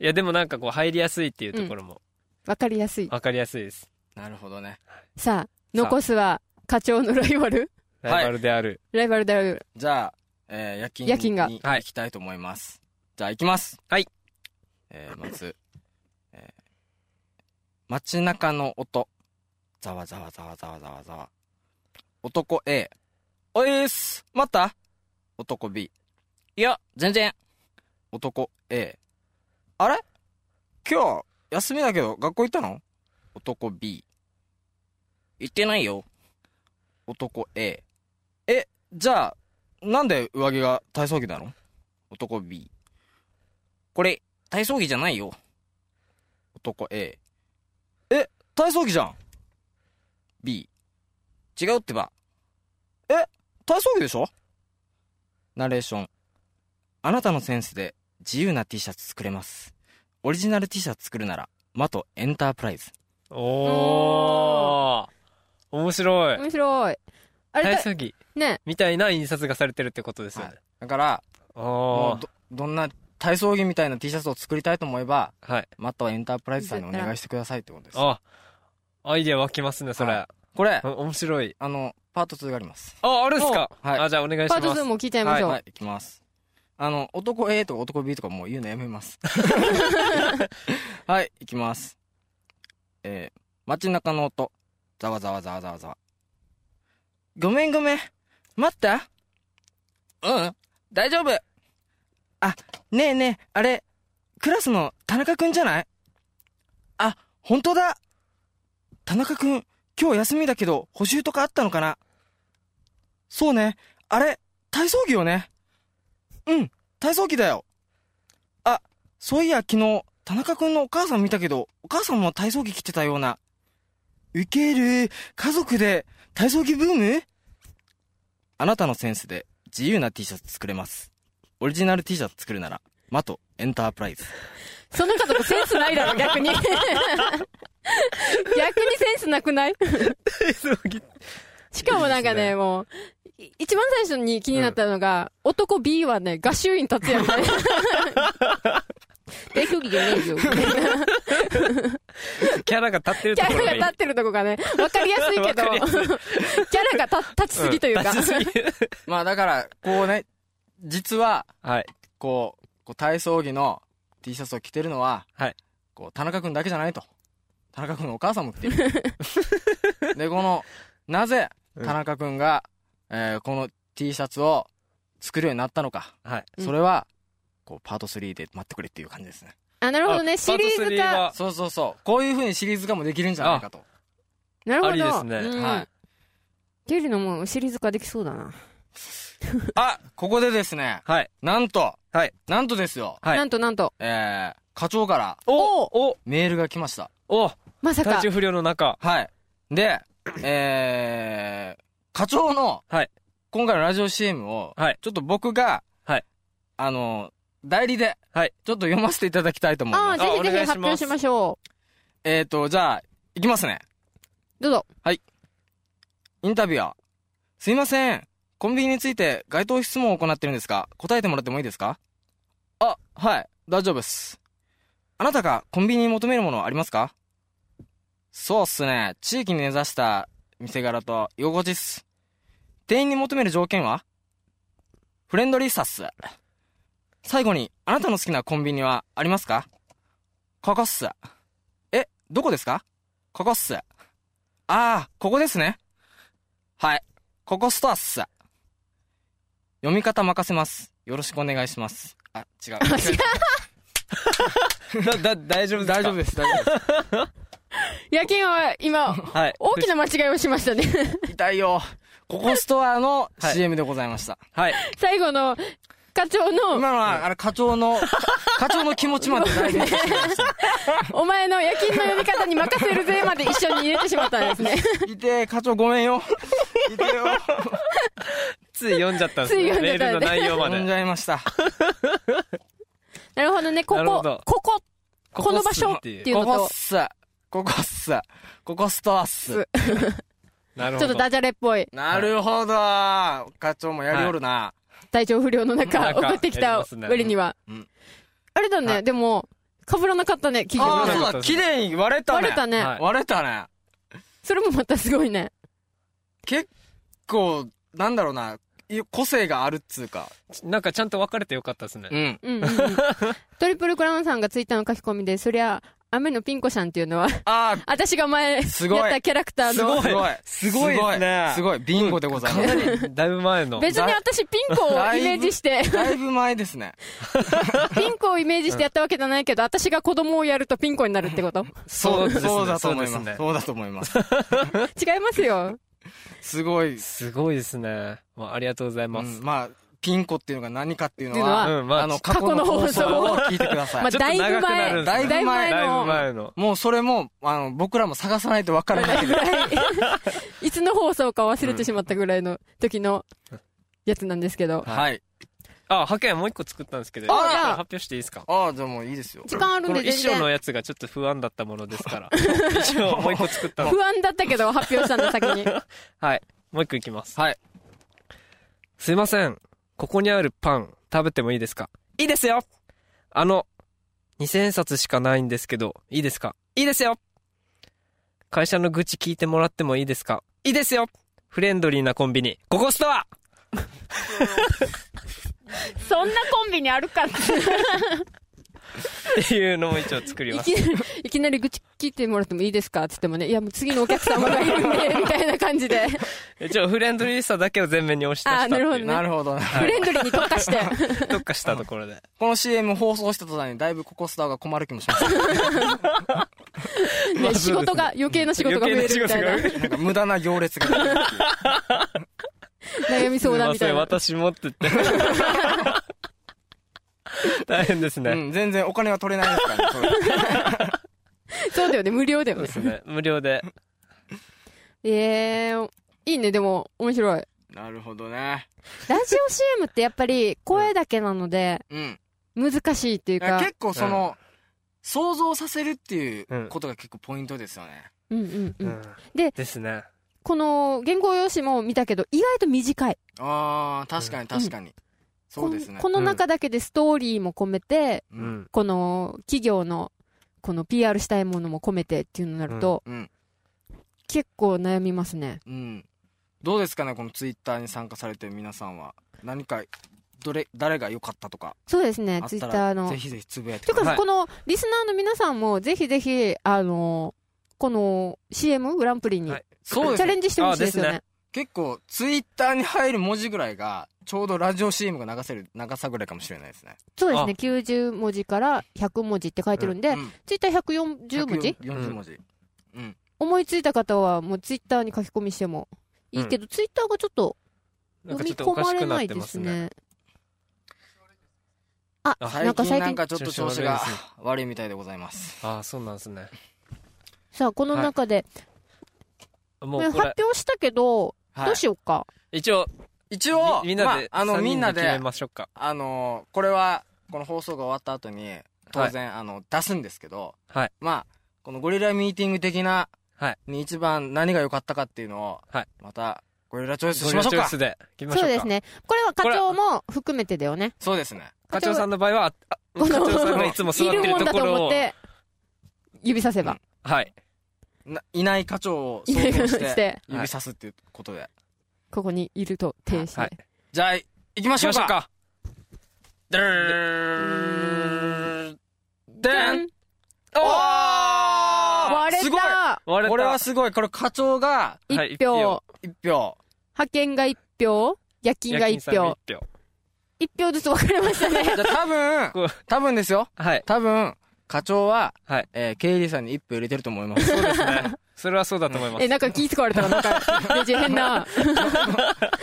S4: いや、でもなんかこう、入りやすいっていうところも、
S3: わかりやすい。
S4: わかりやすいです。
S5: なるほどね
S3: さあ、残すは、課長のライバル
S5: はい
S4: ライバルである。
S3: ライバルである。
S5: じゃあ、えー、夜勤
S3: 夜勤が
S5: に
S4: はい
S5: 行きたいと思います、じゃあ行きます
S4: はい
S5: えー、まず、えー、街中の音ざわざわざわざわざわざわ男 A おいーす待った男 B いや全然男 A あれ今日休みだけど学校行ったの男 B 行ってないよ男 A えじゃあなんで上着が体操着なの男 B。これ、体操着じゃないよ。男 A。え、体操着じゃん !B。違うってば。え、体操着でしょナレーション。あなたのセンスで自由な T シャツ作れます。オリジナル T シャツ作るなら、マトエンタープライズ。
S4: おー面白い
S3: 面白いあれ
S4: 体
S3: だ
S4: 操着
S3: ね
S4: みたいな印刷がされてるってことですよね、
S5: だから、も
S4: お
S5: うど、どんな体操着みたいな T シャツを作りたいと思えば、
S4: ーはい
S5: マトエンタープライズさんにお願いしてくださいってことです。
S4: あアイディア湧きますねそれ、
S5: はこれ
S4: お、面白い
S5: あの、パート2があります。
S4: ああるんすか、
S5: おはい
S4: あじゃあお願いし
S3: パ
S4: ま
S3: ー
S4: す
S3: ト2も聞い ちゃいましょう、
S5: はい、いきます。あの、男 A とか男 B とかもう言うのや めます。はい、いきます。えー、街中の音。ざわざわざわざわざわ。ごめんごめん。待ったううん。大丈夫。あ、ねえねえ、あれ、クラスの田中くんじゃないあ、本当だ。田中くん、今日休みだけど補習とかあったのかなそうね。あれ、体操着よね。うん、体操着だよ。あ、そういや昨日、田中くんのお母さん見たけど、お母さんも体操着着てたような。ウケる、家族で体操着ブームあなたのセンスで自由な T シャツ作れます。オリジナル T シャツ作るなら、マトエンタープライズ。
S3: その家族センスないだ ろ逆に逆にセンスなくないしかもなんかねもうい一番最初に気になったのが、男 B はね合衆院達也みたいな 体操着じゃねえよ
S4: キャラが立ってる
S3: キ
S4: とこ
S3: ャ
S4: ろが
S3: ラが
S4: いい
S3: 立ってるとこがね、わかりやすいけど、
S4: わかりや
S3: キャラが立立ちすぎというか、
S4: ん立ちす ぎ
S5: まあだから、こうね、実は、
S4: はい
S5: こう、こう体操着の T シャツを着てるのは、
S4: はい
S5: こう田中君だけじゃないと田中君のお母さんも着 てるでこのなぜ
S4: うん
S5: 田中君が、えーこの T シャツを作るようになったのか、
S4: はい
S5: それはこうパート3で待ってくれっていう感じですね
S3: あ、なるほどね、
S4: あ
S3: シリーズ
S4: パ
S3: 化。
S4: ート
S5: そうそうそうこういうふうにシリーズ化もできるんじゃないかと
S3: なるほど。
S4: ありですね
S3: うん
S5: はい
S3: ゲリのもうシリーズ化できそうだな。
S5: あここでですね
S4: 3ははい
S5: なんと、
S4: はい
S5: なんとですよ
S4: はい
S3: なんとなんと、
S5: えー、課長から
S4: おお
S5: メールが来ました
S4: お
S3: まさ
S4: 体
S3: か
S4: 調、不良の 中
S5: はい。で、えー、課長の、
S4: はい
S5: 今回のラジオ CM を、
S4: はい
S5: ちょっと僕が、
S4: はい
S5: あの、代理で、
S4: はい
S5: ちょっと読ませていただきたいと思い
S3: あ
S5: ま
S3: あ、
S5: す。
S3: ぜひぜ
S4: お願いし
S3: ひ
S4: ます
S3: 発表しましょ
S5: えーと、じゃあ、いきますね。
S3: う。どうぞ。
S5: インタビュアー。すいません。コンビニについて該当質問を行ってるんですが、答えてもらってもいいですかあ、はい。大丈夫です。あなたがコンビニに求めるものはありますかそうっすね。地域に根ざした店柄と居心地っす。店員に求める条件はフレンドリーさっす。最後に、あなたの好きなコンビニはありますかここっす。え、どこですかここっす。ああ、ここですね。はい。ここストアっす。読み方任せます。よろしくお願いします。あ、違う。
S4: だだ大丈夫ですか
S5: 大丈夫です、大丈夫で
S3: 夜勤は今、
S4: はい
S3: 大きな間違いをしました ね。
S5: す。痛いよ。ここストアの
S4: はい
S5: CM でございました。
S4: はい
S3: 最後の、課長の、
S5: 今のは、あれ、課 長の、課長の気持ちまで代弁してしまいました。
S3: お前の夜勤の読み方に任せるぜまで一緒に入れてしまったんですね。
S5: いて、課長ごめんよ。いてよ。
S4: つい読んじゃったんです
S3: つい
S4: ね
S3: 読んじゃ
S4: メールの
S3: った
S4: 内容ま
S5: 飲 んじ
S4: で
S5: ゃいました。
S3: なるほどね、こ
S4: なるほ
S3: こ
S4: ど、
S3: ここ、
S4: こ
S3: こ
S4: こ
S3: の
S4: っ
S3: 場
S4: すね
S3: 所っ
S4: って
S3: て
S4: いう
S3: いう
S5: こ
S3: の
S5: ことっ、す。ここっす。ここストアっす。
S4: なる
S3: ち
S4: ほ
S3: ょ
S4: ど
S3: っとダジャレっぽい。
S5: なるほど。課長もやりおるな。
S3: 体調不良の中、
S4: 中
S3: 送ってき
S4: やり
S3: た
S4: ますね
S3: 割には
S5: うん。
S3: あれだ
S5: は
S3: ね、でも、被らなかったね、記事
S5: あ
S3: も
S5: あ、
S4: ー
S5: そうだ。綺麗に割れたね。
S3: 割れたね、
S4: はい
S5: 割れたね。
S3: それもまたすごいね。
S5: 結構、なんだろうな、い個性があるっつうか。
S4: なんかちゃんと分かれてよかったですね
S5: ん。
S3: うん うんうんトリプルクラウンさんがツイッターの書き込みで、そりゃ、雨のピンコさんっていう のは、
S5: あ
S3: 私が前、やっ
S5: すごい
S3: たキャラクタ
S5: あ、
S3: ーの、
S5: すごい。
S4: すごいですね
S5: すごい。ビンゴでござい
S4: か
S5: ま
S4: な
S5: す。
S4: りだいぶ前の
S3: 別に私ピンコをイメー ジして、
S5: だいぶ前ですね。
S3: ピンコをイメージしてやったわけじゃないけど、私が子供をやるとピンコになるってこと
S4: そうですね
S5: そうだと思い
S4: そうで
S5: ます。
S4: すね
S5: そうだと思 います。
S3: 違いますよ。
S5: すごい。
S4: すごいですねまあありがとうございま
S5: う
S4: す
S5: んまあ、ピンコっていうのが何かっていうの
S3: っていう
S5: は、
S4: うんま
S5: あ
S4: あ
S5: の、
S4: ち
S5: 過去の放送を聞いてくだ
S3: ま
S5: さ
S3: あ、
S5: い。
S4: ちょっと長
S3: だいぶ
S4: くなるんで
S3: 前。
S4: すね
S3: だいぶ前
S4: だいぶ
S3: の、
S4: 前の
S5: もうそれも、あの、僕らも探さないとわからない。
S3: いつの放送か忘れてしまったぐらいの時のやつなんですけど、
S5: はい。
S4: あ、派遣もう一個作ったんですけど、
S5: あ
S4: これ
S5: じゃあ
S4: 発表していいですか
S5: ああ、じゃあもういいですよ。
S3: 時間
S4: こ
S3: あるん
S4: の
S3: で
S4: 衣
S3: 全
S4: 装の
S3: 然
S4: やつがちょっと不安だったものです から。一応もう一個作ったの。
S3: 不安だったけど発表したんだ先に
S4: はい。もう一個いきます。
S5: はい。
S4: すいません。ここにあるパン、食べてもいいですかいいですよあの、2000円札しかないんですけど、いいですかいいですよ会社の愚痴聞いてもらってもいいですかいいですよフレンドリーなコンビニ、ここストア
S6: そんなコンビニあるかって
S4: っていうのも一応作り
S3: い
S4: ます。
S3: きなりいきなり愚痴聞いてもらってもいいですかっつってもねいやもう次のお客様がいるんでみたいな感じで
S4: 一応フレンドリーさだけを前面に押し出したって
S3: あなるほ
S4: い
S3: ど
S4: う
S3: ね
S5: なるほどね。
S3: フレンドリーに特化して
S4: 特化したところで。
S5: この CM 放送した途端にだいぶココスターが困る気もします。
S3: ね仕事が余計な仕事が増えるみたいな
S4: 余計仕事が増える
S5: なんか無駄な行列が。
S3: 悩み相談みたいな
S4: すいません、私持っ てって。大変ですね。
S5: うん、全然お金は取れないですからねそれ。
S3: そうだよね無料だよ
S4: そう
S3: ね
S4: ですね。無料で。
S3: えー、いいねでも面白い
S5: なるほどね。
S3: ラジオ CM ってやっぱり声だけなので
S5: うん。
S3: 難しいっていう
S5: いや
S3: か、
S5: 結構その、想像させるっていうことが結構ポイントですよね。
S3: うんうんうん、
S4: で
S3: で
S4: ですね。
S3: この原稿用紙も見たけど意外と短い
S5: ああ、確かに確かに。そうですね
S3: こん。この中だけでストーリーも込めて、
S5: う。
S4: うんん。
S3: この企業のこの PR したいものも込めてっていうのになると、
S5: うん。
S3: 結構悩みますね
S5: うん。どうですかね、このツイッターに参加されてる皆さんは。何か、どれ、誰が良かったとか、
S3: そうですね
S5: あっ
S3: ツイ
S5: た
S3: ッター
S5: ら、
S3: の
S5: ぜひぜひつぶやいて
S3: て
S5: くだ
S3: か、
S4: は
S5: さい。
S4: い
S3: このリスナーの皆さんもぜひぜひあのこの CM グランプリに、
S4: はい
S5: そうで
S3: チ
S5: す
S3: ャレ
S5: ね。
S3: ンジしてほしいですよね
S4: あで
S5: 結構、ツイッターに入る文字ぐらいが、ちょうどラジオ CM が流せる長さぐらいかもしれないですね。
S3: そうですね90文字から100文字って書いてるんで、
S5: うん
S3: ツイッター140文字
S5: ?40 文字。うん。
S3: 思いついた方はもうツイッターに書き込みしてもいいけど、ツイッターがちょっと
S4: なんか
S3: 読
S4: ちょ
S3: み
S4: っとおか
S3: 込ま
S4: し
S3: れ
S4: くな
S3: な
S4: っ
S3: い
S4: て
S3: で
S4: ますすね。
S3: ね。あ、な
S5: 最
S3: んか
S5: 近
S3: 最
S5: なん
S3: 近、
S5: かちょっと調子
S4: 調
S5: が
S4: 子悪いで
S5: 悪いみたいでございます。
S4: ああ、そうなんですね。
S3: さあ、この中で、
S4: も
S3: これ
S4: うこれ
S3: 発、表したけど、
S5: はい
S3: どうしようか。
S4: 一応、
S5: 一応、
S4: みみんなで、
S5: まあ、あの、
S4: 三人
S5: みんな
S4: 決め
S5: で、
S4: ましょうか。
S5: あの、これは、この放送が終わった後に、当然、あの、出すんですけど、
S4: はい
S5: まあ、このゴリラミーティング的な、
S4: はい
S5: に一番何が良かったかっていうのを、
S4: はい
S5: また、ゴリラチョイス
S4: ゴ
S5: し
S4: リラ
S5: ましょ
S4: チ
S5: う
S4: ョイ
S5: か
S4: ス。で、決めましょ
S3: そうう
S4: か。
S3: です。ね。これは課長も含めてだよね。
S5: そうですね。
S4: 課長さんの場合は、あ
S3: こ
S4: 課
S3: の
S4: 長さんがいつも座
S3: い
S4: って
S3: る
S4: る
S3: もん
S4: と
S3: だ
S4: ことろ
S3: 思っ
S4: を、
S3: て、指させば。
S4: はい。
S5: ないない課長を想
S3: 指
S5: 像
S3: さ
S5: し、
S3: してて、
S5: 指さすっていうことで。
S3: ここにいると停止
S4: はい
S3: で。
S5: じゃあ、行きま
S4: 行
S5: し
S4: き
S5: ょ
S4: ま
S5: う
S4: しょう
S5: か。
S4: か。
S5: で
S3: じ
S5: ーんで
S3: ゃ
S5: ーん
S3: ん
S5: おー
S3: 割
S5: す
S3: れ
S5: ごい
S3: た
S4: 割れた
S5: これはすごい。これ課長が
S4: はい
S3: 一
S4: 一票
S3: 票。
S5: 1票。
S3: 派遣が一票夜勤が
S4: 夜勤
S3: 一
S4: さんが
S3: 票。
S4: 一票。
S3: 一票ずつ分かれました ね。
S5: じゃあ多
S4: こ
S5: 分、多分ですよ。
S4: はい。
S5: 多分、課長は、
S4: はい
S5: えー、経理さんに1票入れてると思います。
S4: そう ですね。それはそうだと思います
S3: え、。なんか気使われたら、なんか、レジ変な。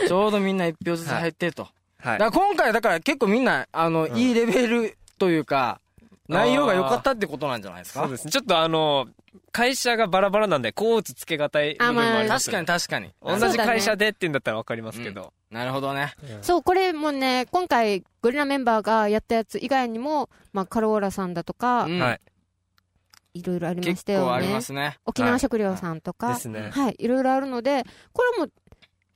S5: ちょうどみんな1票ずつ入ってると。
S4: はい。
S5: だから今回、だから結構みんな、あの、
S4: ん
S5: いいレベルというか、内容が良かったってことなんじゃないです
S4: そう
S5: か
S4: ですね。ちょっとあの、会社がバラバラなんで、こう打つつけがたい部分もあります
S5: 確か
S4: よ
S5: に
S4: ね。
S5: 確かに。
S4: 同じ会社でって言うんだったらわかりますけど。
S5: なるほどね。
S3: そう、これもね、今回、ゴリラメンバーがやったやつ以外にも、まあ、カローラさんだとか
S5: う、ん
S4: はい。
S3: いろいろありまし
S5: 結
S3: たよね。
S5: 構ありますね。
S3: 沖縄食料さんとか、は
S4: で
S3: い
S4: す、ね。
S3: いろいろあるので、これも、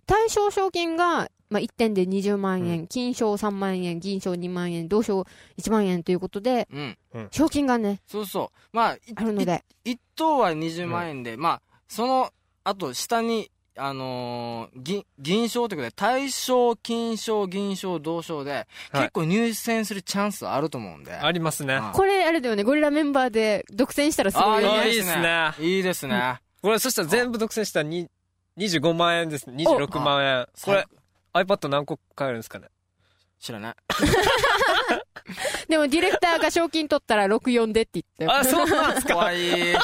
S3: 対象賞金が、まあ、1点で20万円、金賞3万円、銀賞2万円、銅賞1万円ということで、
S5: うん。
S3: 賞金がね、
S5: そうそう。まあ、い
S3: あるので、
S5: 一等は20万円で、まあ、その、あと下に、あのー銀、銀賞ということで、大賞、金賞、銀賞、銅賞で、
S4: はい
S5: 結構入選するチャンスはあると思うんで。
S4: ありますね。
S5: あ
S3: これ、あれだよね、ゴリラメンバーで独占したらすごいよ
S5: あ
S4: あ
S5: ー
S4: ー
S3: ね。
S4: いいですね。
S5: いいですね。
S4: これ、そしたら全部独占したらに25万円です。26万円。これ、iPad 何個買えるんですかね
S5: 知らない。
S3: でも、ディレクターが賞金取ったら64でって言って。
S4: あ、そうなんですか
S5: 怖 い。
S4: iPad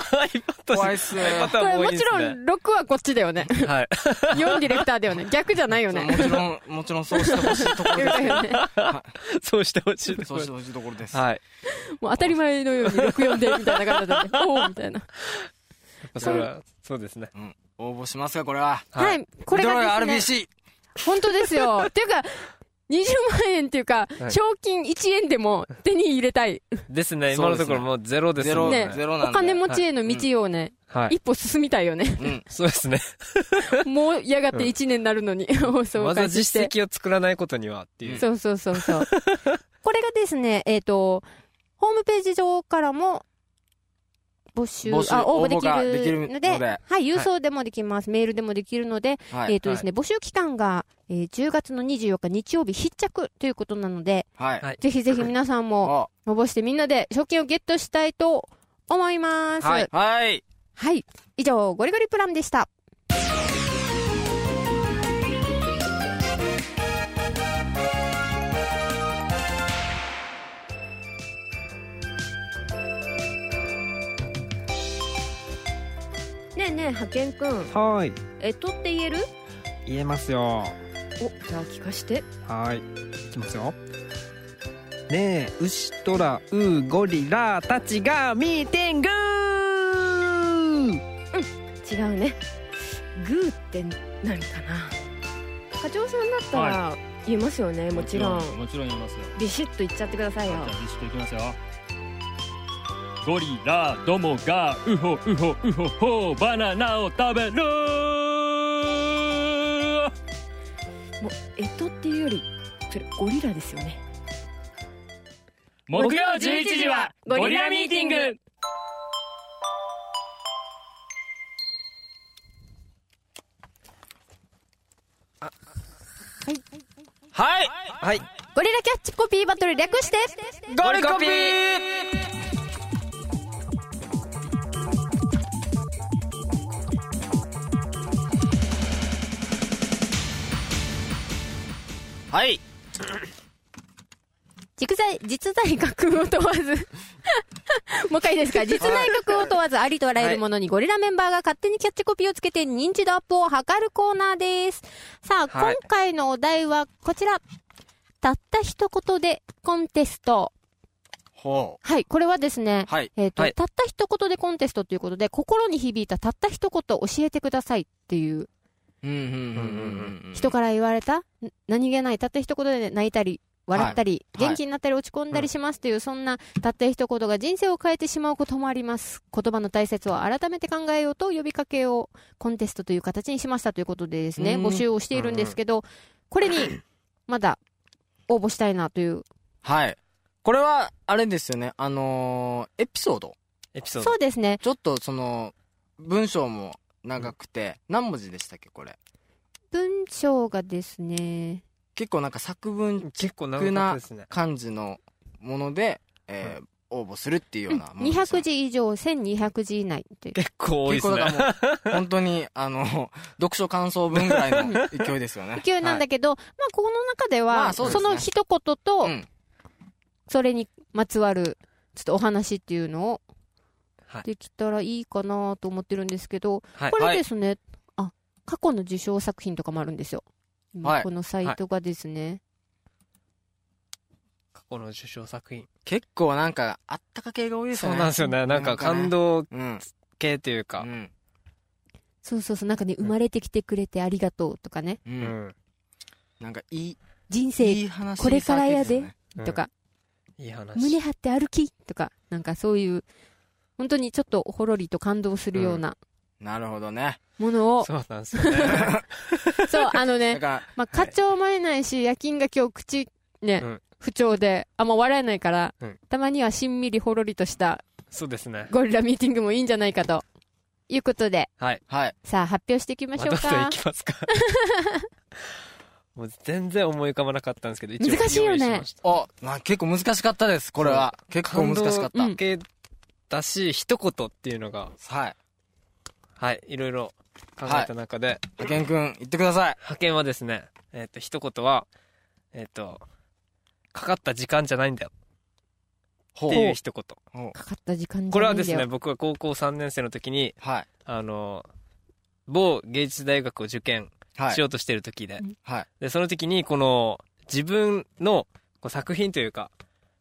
S5: 怖いっすね。
S4: iPad
S3: こ
S4: は
S3: れ
S4: も
S3: も
S4: ういいで
S3: ち
S4: す
S3: ろ
S4: ね。
S3: ん6はこっちだよね
S4: はい。
S3: 4ディレクターだよね逆じゃないよ
S5: そう
S3: ね
S5: もちろん、もちろんそうしてほしいと ころですけど。
S4: そうしてほしいとこ
S5: そう
S4: ろ
S5: し
S4: で。
S5: てほしいところですす。
S4: はい。
S3: もう当たり前のように64でみたいな感じだったねおおみたいな
S4: それは、そうですね。
S5: うん。応募しますか、これは。
S3: はい、これ
S5: ミドロイ
S3: がですね
S5: RBC。
S3: 本当ですよっていうか20万円っていうか、
S4: はい
S3: 賞金1円でも手に入れたい。
S4: ですね、
S5: そ
S4: 今
S5: う
S4: の
S5: ですね
S4: ところもうゼロです
S5: ゼ
S4: も
S5: ロ、
S4: んね。
S5: ゼロ
S3: お
S5: なんで
S3: 金持ちへの道をね、
S4: はい。
S3: 一歩進みたい よね。
S5: うん。
S4: そうですね。
S3: もうやがて1年になるの に、放送
S4: ま
S3: を
S4: ずは
S3: 開始し
S4: 実
S3: て。
S4: 績を作らないことにはっていう。
S3: そうそうそうそう。これがですね、えっ、と、ホームページ上からも、募集
S5: 募集
S3: あ応募で
S5: 応募がで
S3: き
S5: き
S3: る
S5: る
S3: ので
S5: ので
S3: はい、郵送でもできます、メールでもできるので、
S5: はい。
S3: えっ、とですね、募集期間が、えー10月の24日日曜日必着ということなので、
S5: はい。
S4: はい
S3: ぜひぜひ皆さんも
S5: あ
S3: 応募してみんなで賞金をゲットしたいと思います。
S4: はい
S5: はい。
S3: はい。以上、ゴリゴリプラムでした。
S2: ねえねえ派遣くん
S4: はい。
S2: えとって言える
S4: 言えますよ。
S2: おじゃあ聞かして
S4: はい。いきますよ。ねえ、牛トラウゴリラたちがミーティング
S2: 違うねグーって何かな課長さんだったら言いますよね、もちろん
S1: もちろん言いますよ
S2: ビシッと言っちゃってください
S1: じ
S2: よ
S1: ゃあビシッといきますよゴリラどもがウホウホウホホバナナを食べる
S2: もうえとっていうよりそれゴリラですよね
S1: 木曜11時はゴリラミーティング
S5: はい。
S4: はい。
S3: ゴリラキャッチコピーバトル略して、
S5: ゴリコピーはい。
S3: 実在、実在学を問わず。 もう一回いいですか実在学を問わず、ありとあらゆるものにゴリラメンバーが勝手にキャッチコピーをつけて認知度アップを図るコーナーです。さあ、
S4: はい
S3: 今回のお題はこちら。たった一言でコンテスト。
S5: ほ
S3: はい、これはですね
S5: う。、はい。
S3: えっ、と、
S4: はい
S3: たった一言でコンテストということで、心に響いたたった一言教えてくださいっていう、
S5: うんうんうんうんうん。
S3: 人から言われた、ん何気ない、たった一言で泣いたり、笑ったり、
S5: はい
S3: 元気になったり落ち込んだりしますという、そんなたった一言が人生を変えてしまうこともあります。言葉の大切を改めて考えようと呼びかけをコンテストという形にしましたということでですね、
S5: うん
S3: 募集をしているんですけど、これにまだ応募したいなという。
S5: はい。これは、あれですよね。あのーエピソード。
S4: エピソード
S3: そ。うですね。
S5: ちょっと、その、文章も長くて、何文字でしたっけ、これ。
S3: 文章がですね、
S5: 結構なんか作文
S4: 結構長かったですね。
S5: 漢字のもので、えー応募するっていうようなものでした
S3: 200字以上、1200字以内という。
S4: 結構多いで
S5: 結
S4: す
S5: 構だ
S4: ね。
S5: からもう、本当に、あの、読書感想文ぐらいの勢いですよ ね。
S3: 級なんだけど、まあ、この中では、
S5: まあ
S3: そ
S5: そうですね
S3: の一言と、
S5: うん
S3: それにまつわる、ちょっとお話っていうのを
S4: はい、
S3: できたらいいかなと思ってるんですけど、
S4: はい
S3: こ。れですね、あ、過去の受賞作品とかもあるんですよ。今
S5: はい
S3: このサイトがですね、
S4: 過去の受賞作品。
S5: 結構なんか、あったか系が多いです
S4: そ
S5: よ
S4: う
S5: ね。
S4: なんですよね。なんか感
S5: ね。
S4: 動
S5: うん。
S4: 系というか
S5: う。ん。
S3: そうそうそう、なんかね、生まれてきてくれてありがとうとかね、
S5: う。
S4: うんん。
S5: なんか、いい、
S3: 人生
S5: いい話
S3: これからやで
S5: にされてるよね
S3: とか、
S4: うん。いい話。
S3: 胸張って歩きとか、なんかそういう、本当にちょっとほろりと感動するような
S5: なるほどね。
S3: ものを、
S4: そうなんですよね。
S3: そう、あのね
S5: だ、か
S3: まあ、課長も会えないし、夜勤が今日口、ね、
S4: うん
S3: 不調で、あんま笑えないから、
S4: うん
S3: たまにはしんみりほろりとした
S4: そうですね。
S3: ゴリラミーティングもいいんじゃないかと。いうことで、
S4: はい。
S5: ら、はい。
S3: さあ発表していきましょう
S4: どんどん
S3: か
S4: い。きます か。もう全然思い浮かばなかったんですけど、一応
S3: 難しいよね
S4: 用意ました
S5: お、まあ、結構難しかったです、これは。結構難しかっ
S3: うん
S5: た。
S4: 系だし、一言っていうのが、
S5: はい。
S4: はい、いろいろ考えた中で、
S5: 派遣くん、言ってください。
S4: 派遣はですね、えっ、と、一言は、えっ、と、かかった時間じゃないんだよ
S5: ほ
S4: っていう一言。
S5: ほう
S3: かかった時間じ
S4: こ
S3: ゃ
S4: れ
S3: な
S4: は
S3: いん
S4: で
S3: だ
S4: すね、
S3: よ。
S4: 僕が高校3年生の時に、
S5: はい。
S4: あの、某芸術大学を受験
S5: は
S4: し
S5: い。
S4: ようとしてる時で、
S5: はい。
S4: で、その時に、この、自分のこう作品というか、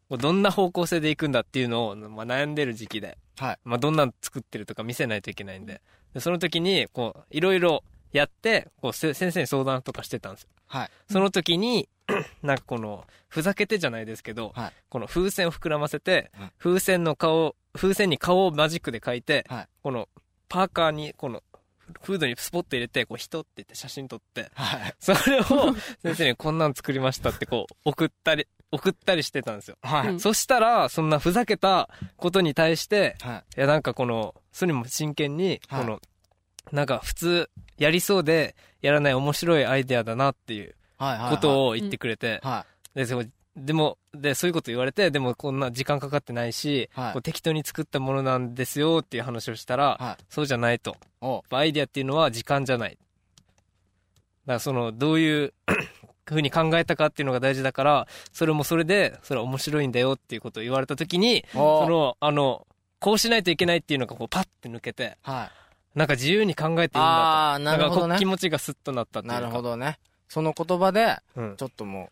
S4: こうどんな方向性でいくんだっていうのを、まあ、悩んでる時期で、
S5: はい
S4: まあ、どんなの作ってるとか見せないといけないんで、でその時に、こう、いろいろやって、こう、せ先生に相談とかしてたんですよ。
S5: はい
S4: その時に なんかこのふざけてじゃないですけど、
S5: はい
S4: この風船を膨らませて、
S5: はい
S4: 風船の顔風船に顔をマジックで描いて、
S5: はい
S4: このパーカーにこのフードにスポッと入れてこう人って言って写真撮って
S5: はい
S4: それを 先生にこんなん作りましたってこう送ったり送ったりしてたんですよ、
S5: はい
S2: うん
S4: そしたらそんなふざけたことに対して
S5: は
S4: い
S5: い
S4: やなんかこのそれも真剣にこ
S5: はい
S4: の、なんか普通やりそうでやらない面白いアイデアだなっていう
S5: はいはい
S4: ことを言ってくれて、
S5: は
S4: ででもでもでそういうこと言われてでもこんな時間かかってないし、
S5: はい
S4: こう適当に作ったものなんですよっていう話をしたら、
S5: いはい
S4: そうじゃないと
S5: お
S4: アイデアっていうのは時間じゃないだからそのどういう ふうに考えたかっていうのが大事だからそれもそれでそれは面白いんだよっていうことを言われた時にそ
S5: お
S4: のあのこうしないといけないっていうのがこうパッて抜けて
S5: はい
S4: なんか自由に考えていいんだ
S5: ああー
S4: と
S5: なるほど
S4: んかこう
S5: ね
S4: 気持ちがスッとなったっていう
S5: な
S4: か
S5: るほどねその言葉で
S4: うん
S5: ちょっともう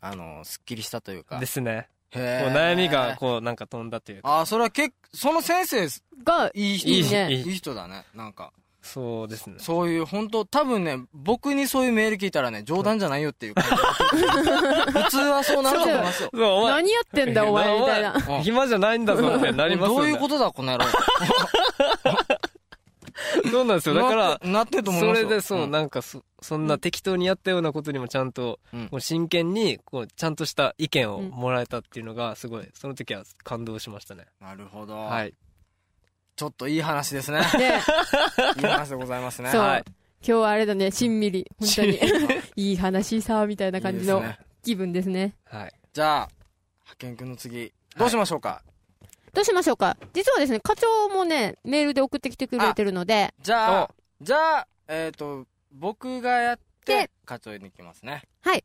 S5: あのすっきりしたというか
S4: ですね
S5: へ
S4: こう
S5: ー
S4: 悩みがこうなんか飛んだというか
S5: ああそれは結構その先生
S2: が
S5: いい人
S4: いい
S5: い
S4: ね
S5: い人だねなんか
S4: そうですね
S5: そういう本当多分ね僕にそういうメール聞いたらね冗談じゃないよっていう感じ普通はそうなると思いますよ
S4: うわお前
S2: 何やってんだお前みたいな
S5: うん
S4: 暇じゃないんだぞってなります
S5: ど
S4: よ
S5: うい
S4: ね
S5: うことだこの野郎
S4: そうなんですよだから
S5: ななってると思い
S4: そ
S5: ますよ
S4: れでそう、
S5: ん
S4: なんかそそんな適当にやったようなことにもちゃんと、
S5: うん
S4: こう真剣にこうちゃんとした意見をもらえたっていうのがすごいその時は感動しましたね、
S5: なるほど、
S4: はい
S5: ちょっといい話で すね
S2: ね
S5: いい話でございますね
S2: そう、
S4: はい
S2: 今日はあれだねしんみり本当にいい話さみたいな感じの
S5: いいですね
S2: 気分ですね
S4: はい
S5: じゃあ派遣くんの次どうしましょうか、
S3: どうしましょうか実はですね課長もねメールで送ってきてくれてるので
S5: じゃあじゃあえっ、と僕がやって課長に行きますね
S3: はい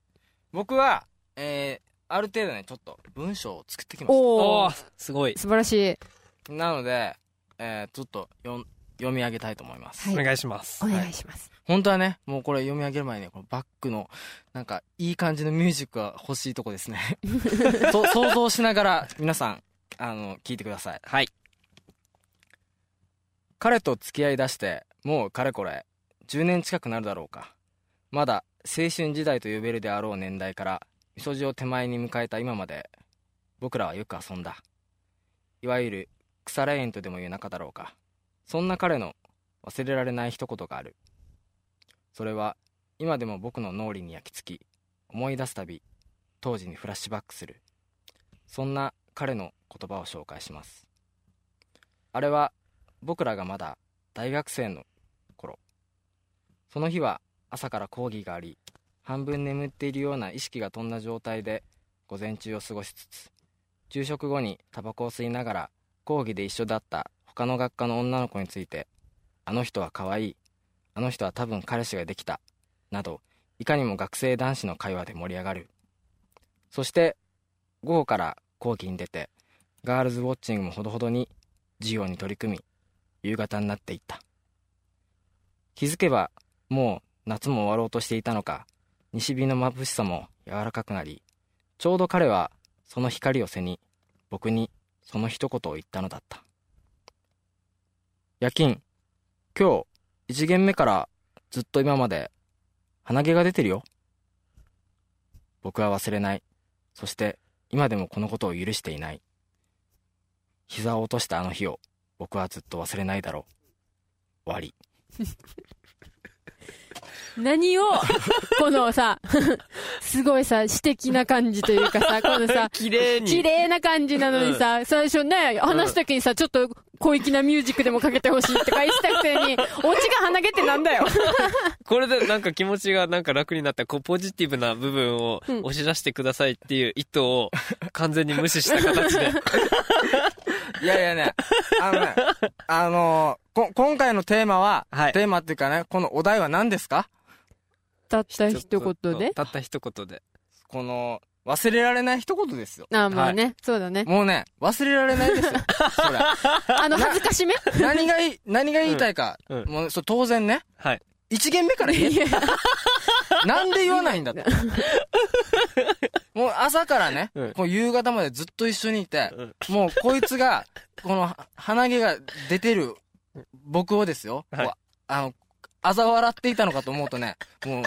S5: 僕はえー、ある程度ねちょっと文章を作ってきまし
S2: お
S4: お
S2: お
S4: ーすごい
S2: 素晴らしい
S5: たなのでえー、ちょっとよん読み上げたいと思います、
S4: お願いします
S3: お願いします、
S5: 本当はねもうこれ読み上げる前にねこのバックのなんかいい感じのミュージックが欲しいとこですねそ想像しながら皆さんあの聞いてください
S4: はい
S5: 彼と付き合いだしてもうかれこれ10年近くなるだろうかまだ青春時代と呼べるであろう年代からみそじを手前に迎えた今まで僕らはよく遊んだいわゆる腐れ縁とでも言う仲だろうかそんな彼の忘れられない一言があるそれは今でも僕の脳裏に焼き付き思い出すたび当時にフラッシュバックするそんな彼の言葉を紹介しますあれは僕らがまだ大学生の頃その日は朝から講義があり半分眠っているような意識が飛んだ状態で午前中を過ごしつつ昼食後にタバコを吸いながら講義で一緒だった他の学科の女の子について「あの人は可愛いあの人は多分彼氏ができた」などいかにも学生男子の会話で盛り上がるそして午後から講義に出てガールズウォッチングもほどほどに授業に取り組み夕方になっていった気づけばもう夏も終わろうとしていたのか西日の眩しさも柔らかくなりちょうど彼はその光を背に僕にその一言を言ったのだった夜勤今日1限目からずっと今まで鼻毛が出てるよ僕は忘れないそして今でもこのことを許していない膝を落としたあの日を僕はずっと忘れないだろう終わり
S2: 何をこのさすごいさ私的な感じというかさこのさ
S4: 綺麗に
S2: 綺麗な感じなのにさ、最初ね、話すときにさ、ちょっと小粋なミュージックでもかけてほしいとか言ってたくせに、オチが鼻毛ってなんだよ。
S4: これでなんか気持ちがなんか楽になったこうポジティブな部分を
S2: うん
S4: 押し出してくださいっていう意図を完全に無視した形で
S5: いやいやねあの ねあのーこ今回のテーマは、
S4: はい
S5: テーマっていうかねこのお題は何ですか
S2: たった一言で。
S4: たった一言で
S5: この忘れられない一言ですよ
S2: ああ、まあね、そうだね。
S5: もうね忘れられないですよそれ
S2: あの、恥ずかしめ
S5: 何がいい何が言いたいか、
S4: うんうん
S5: もうそれ当然ね
S4: はい
S5: 1限目から言えなんで言わないんだって もう朝からね、
S4: うん
S5: こう夕方までずっと一緒にいて、
S4: うん
S5: もうこいつが、このは鼻毛が出てる僕をですよ、
S4: はい
S5: こうあの、嘲笑っていたのかと思うとね、もう、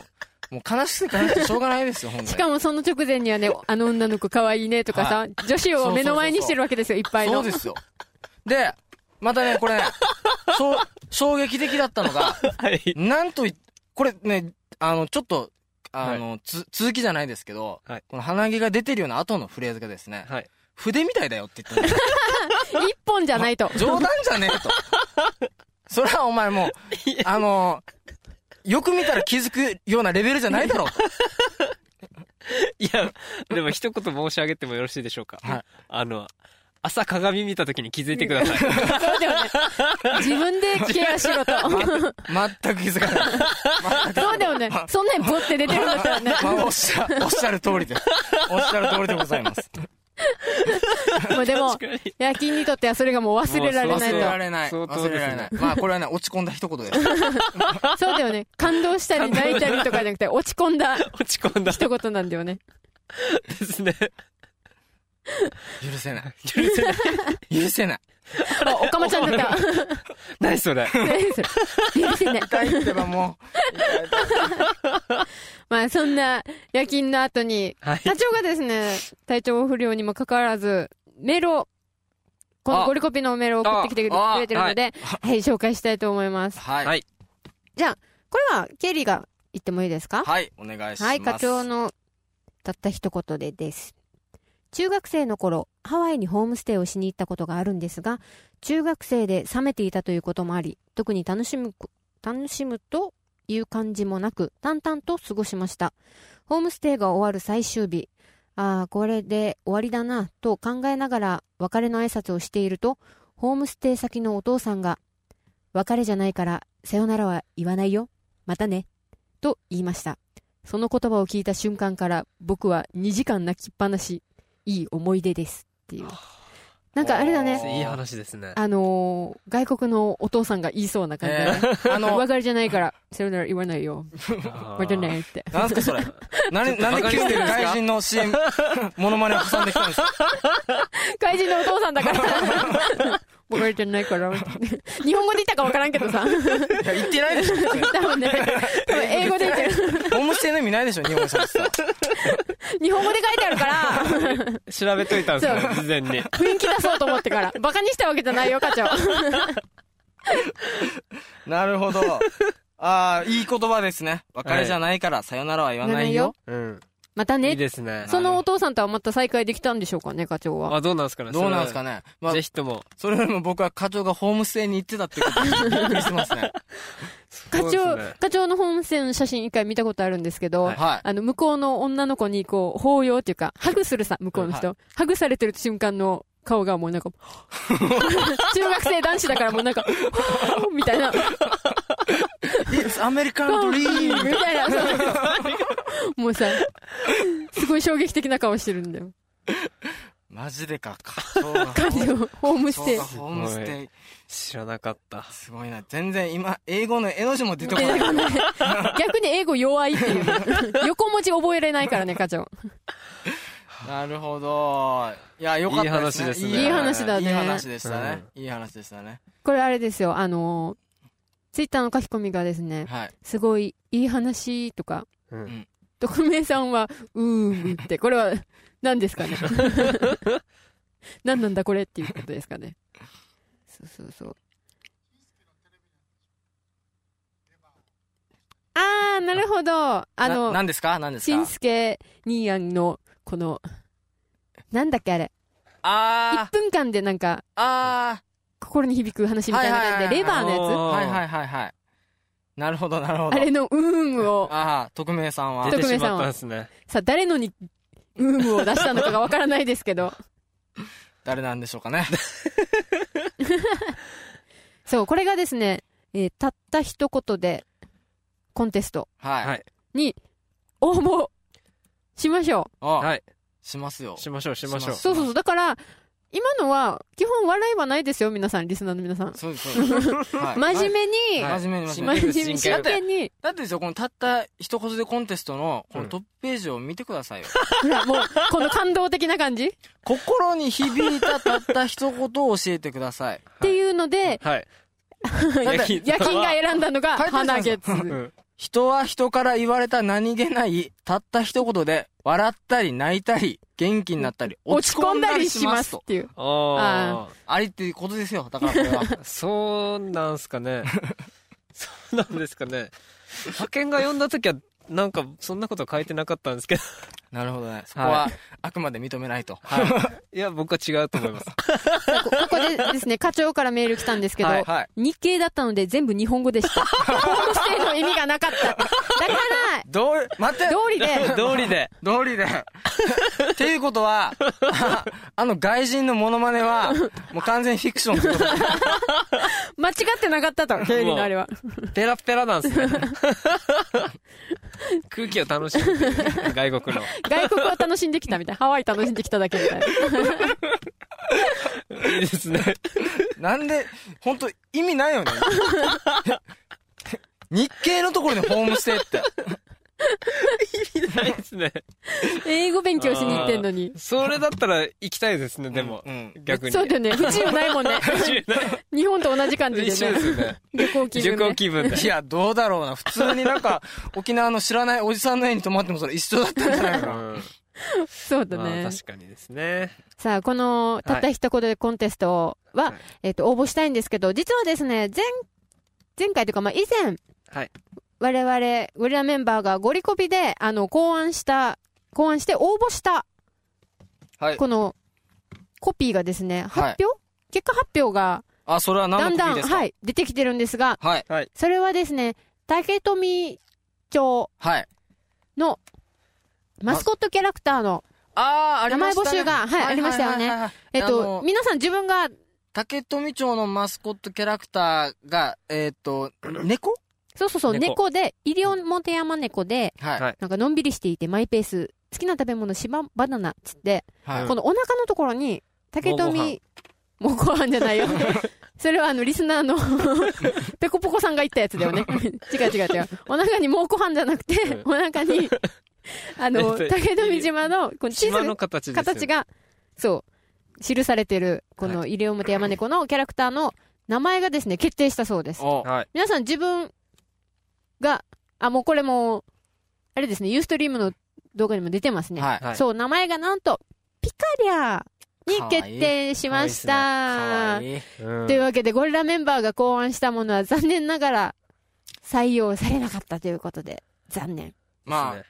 S5: もう悲しくて悲しくてしょうがないですよ、本当に。
S3: しかもその直前にはね、あの女の子可愛いねとかさ、
S5: は
S3: 女子を目の前にしてるわけですよ、いっぱい
S5: そ
S3: の
S5: う。ですよ。で、またね、これね、そう衝撃的だったのが、
S4: はい。
S5: なんとい、これね、あの、ちょっと、あの、つ続きじゃないですけど、
S4: はい
S5: この鼻毛が出てるような後のフレーズがですね、
S4: はい。
S5: 筆みたいだよって言ってる
S3: 一本じゃない と。
S5: 冗談じゃねえと。それはお前もう、あの、よく見たら気づくようなレベルじゃないだろうと。
S4: いや、でも一言申し上げてもよろしいでしょうか。
S5: はい
S4: あの、朝鏡見た時に気づいてください。
S3: そうだよね。自分でケアしろと。
S5: 全く気づかない。
S3: そうだよね。そんなにボって出てるんだったらね。
S5: まあ、おっしゃ、おっしゃる通りで。おっしゃる通りでございます。
S3: もうでも
S4: 確かに、
S3: 夜勤にとってはそれがもう忘れられな
S5: 忘れら
S3: い
S5: れない。
S4: 相当
S5: 忘れられない
S4: で。
S5: まあ、これはね、落ち込んだ一言です。
S3: と。そうだよね。感動したり泣いたりとかじゃなくて、落ち込んだ
S4: 落ち込んだん
S3: 一言なんだよ ね。
S4: ですね。
S5: 許せない。
S4: 許せない。
S5: 許せない。
S3: あ、おかまちゃんだった。
S4: 何それ。
S3: 許せない。
S5: 痛いってばも
S3: まあそんな夜勤の後に、
S4: はい。
S3: 社長がですね、体調不良にもかかわらず、メールを、この
S5: あ
S3: ゴリコピのメールを送ってきてく
S5: ああ
S3: れてるので、はい、紹介したいと思いま
S5: う。
S3: す。
S5: はい。
S4: は
S5: はいい。
S3: これは、ケリーが言ってもいいですか
S5: お願いします。
S3: はい、課長の、たった一言でです。中学生の頃、ハワイにホームステイをしに行ったことがあるんですが、中学生で冷めていたということもあり、特に楽しむこ、楽しむという感じもなく、淡々と過ごしました。ホームステイが終わる最終日、ああ、これで終わりだな、と考えながら別れの挨拶をしていると、ホームステイ先のお父さんが、別れじゃないから、さよならは言わないよ。またね。と言いました。その言葉を聞いた瞬間から僕は2時間泣きっぱなし、いい思い出ですっていう。なんかあれだね、
S4: いい話ですね。
S3: あのー外国のお父さんが言いそうな感じだね。
S5: えーあの、
S3: 別れじゃないから、それなら言わないよ。
S4: あ
S3: また
S4: ー
S3: ねって。
S5: なんすかそれ。なんで、なんで急に外人の CM、モ ノマネを挟んできたんですか
S3: 怪人のお父さんだから。 別れじゃないから。日本語で言ったかわからんけどさ。
S5: いや、言ってないでしょ。
S3: 多分ね、多分英語で言って る。
S5: ホームステイの意味ないでしょ、日本人さん。
S3: 日本語で書いてあるから、
S4: 調べといたんですね、事前に。
S3: 雰囲気出そうと思ってから。バカにしたわけじゃないよ、課長。
S5: なるほど。ああ、いい言葉ですね。別れじゃないから、さよならは言わないよ。
S4: うん。
S3: また
S4: い
S3: ね
S4: いですね。
S3: そのお父さんとはまた再会できたんでしょうかね、課長は。
S4: あ、どうなんですかね。
S5: どうなんですか
S4: ね。
S5: ね。まあ
S4: ぜ、ひとも。
S5: それよりも僕は課長がホームステイに行ってたってことにびっくりしてますね。
S3: 課
S4: そ
S3: 長、
S4: うですね
S3: 課長のホームステイの写真一回見たことあるんですけど、
S4: はい
S5: はい。
S3: あの、向こうの女の子にこう、抱擁っていうか、ハグするさ、向こうの人。ハグされてる瞬間の顔がもうなんか、中学生男子だからもうなんか、みたいな、
S5: It's American
S3: み
S5: Dream!
S3: たいな、そうそうそうもうさ、すごい衝撃的な顔してるんだよ。
S5: マジでか、課長が。
S3: 感情、ホームステイ
S5: 課長が。ホームステイ。
S4: 知らなかった。
S5: すごいな。全然今、英語の絵の字も出てこ
S3: で
S5: ない。
S3: なんかね逆に英語弱いっていう。横文字覚えれないからね、課長。
S5: なるほど。いや、よかったですね。
S4: いい話ですね
S3: いい話だね
S5: いい話でしたね。いい話でしたね。
S3: これあれですよ、あのツイッター Twitter の書き込みがですね、
S5: はい。
S3: すごいいい話とか、
S4: うん。
S3: 匿名さんは、うーんって、これは何です かね。何なんだこれっていうことですかね。そうそうそう。あー、なるほど。あ
S5: あ
S3: の、
S5: 何ですか何です
S3: し
S5: か
S3: んすけ兄やんの、この、なんだっけあれ。1
S5: あ
S3: 分間でなんか、
S5: ー、あ
S3: 心に響く話みたいな感じで、レバーのや
S5: ー。
S4: の
S5: はいはいはいはい。なるほど、なるほ
S3: つ
S5: ど。
S3: あれのうーんを、
S5: ああ、匿名さんは。
S4: 出
S3: 匿
S4: てし
S3: 名さ
S4: まっ
S3: んは
S4: たんですね。
S3: さ、誰のに、うームを出したのかがわからないですけど。
S5: 誰なんでしょうかね。
S3: そう、これがですね、えーたった一言で、コンテスト
S5: はい。
S4: はい。
S3: に、応募しましょ
S5: は。
S4: はいい。
S5: しますよ。
S4: しましょう、しましょ
S3: う。そうそうそう。だから、今のは、基本笑いはないですよ、皆さん、リスナーの皆さん。
S5: そうです、そうです。はい
S3: 真面目に、
S4: は
S5: はいい真面目に真
S3: 真面
S5: 面目に。
S3: 目に、
S4: 真
S3: 真
S5: 剣
S3: 剣に、
S5: だってですよ、このたった一言でコンテストの、こ
S4: う
S5: の
S4: ん
S5: トップページを見てくだ さいよ。
S3: ほら、もう、この感動的な感じっ
S5: 心に響いたたった一言を教えてください。
S3: ていうので、
S4: う。はい。
S5: だって
S4: 夜勤
S3: 夜勤が選んだのが、
S5: 書いてある
S3: 鼻
S5: じゃ
S3: 月
S5: ん。
S4: うん
S5: 人は人から言われた何気ないたった一言で笑ったり泣いたり元気になったり 落
S2: 落
S5: ち
S2: ち
S5: 込
S2: 込
S5: ん
S2: ん
S5: だ
S2: だ
S5: り
S2: り
S5: し
S2: し
S5: ま
S2: ますす
S5: と
S2: っ。ていう
S4: あ
S5: ありってことですよ。だからこれは。
S4: あそうなんすか ねそうなんですかね派遣が呼んだ時はなんかそんなこと書いてなかったんですけど
S5: なるほどね。そこはあくまで認めないと。
S4: いや僕は違うと思い ます
S3: さあこここでですね、課長からメール来たんですけど、
S5: はいはい
S3: 日系だったので全部日本語 でした。ホームステイの意味がなかった。だから、
S5: どう、待って
S3: 通り で、
S4: 道理で
S5: 道理で。っていうこと は、あの外人のモノマネは、もう完全にフィクションってことだ
S3: 間違ってなかったと、経理のあれは。
S4: ペラッペラなんですね 空気を楽しむ外国の
S3: 外国は楽しんできたみたい。ハワイ楽しんできただけ みたいな。
S4: いいですね
S5: なんで、本当意味ないよ ね。日系のところでホームステイって。
S4: ないですね
S3: 英語勉強しに行ってんのに。
S4: それだったら行きたいですねでも、
S5: うんうん
S4: 逆に
S3: そうだよね。不自由ないもん ね。日本と同じ感じで
S4: 一緒で
S3: ね。
S4: すよね
S3: 旅行気
S4: 旅
S3: 分
S4: 行
S3: ね。
S4: 気分 で
S5: いや、どうだろうな。普通になんか、沖縄の知らないおじさんの家に泊まってもそれ一緒だったんじゃないか な。
S4: うん
S3: そうだ
S4: ま
S3: ね
S4: あ、。確かにですね
S3: さあ、この、たった一言でコンテストは、
S4: はい
S3: えっ、と、応募したいんですけど、実はですね、前、前回というか、まあ、以前、
S4: はい
S3: 我々、ゴリラメンバーがゴリコビで、あの、考案した、考案して応募した、
S5: はい
S3: この、コピーがですね、発表、結果発表が、
S5: あ、それは
S3: だ
S5: 何
S3: ん
S5: のコピ
S3: だ
S5: ー
S3: ん、
S5: ですか
S3: はい、出てきてるんですが、
S5: はい。
S3: それはですね、竹富町
S5: はい。
S3: の、マスコットキャラクターの、
S5: あー、ありました、ね。
S3: 名前募集がはいありましたよね
S5: はいはいはいはい
S3: えっ、
S5: あ
S3: と
S5: の、
S3: 皆さん自分が、
S5: 竹富町のマスコットキャラクターが、えっ、と、猫
S3: そうそうそう、
S4: 猫
S3: 猫で、イリオモテヤマ猫で、
S5: はい。
S4: は
S5: はいい。
S3: なんかのんびりしていてマイペース。好きな食べ物、シババナナっつって、
S4: うん
S3: このお腹のところに、竹富、もうご飯じ ゃないよ。それはあの、リスナーの、ペコポコさんが言ったやつだよね。違う違う違う。お腹にもうご飯じゃなくて、お腹に、あ
S4: え
S3: の、
S4: っと
S3: 竹富島の、この地
S4: 島
S3: 図
S4: の形ですよね
S3: 形が、そう、記されてる、この西表山猫のキャラクターの名前がですね、決定したそうです。
S5: お
S4: はい
S3: 皆さん自分が、あ、もうこれもう、あれですね、ユーストリームの動画にも出てますね。
S5: はい。
S4: はい
S3: そう、名前がなんと、ピカリャーに決定しまし
S5: かわ
S3: た。
S5: いい。
S4: うん
S3: というわけで、ゴリラメンバーが考案したものは残念ながら採用されなかったということで、残念。
S5: まあ、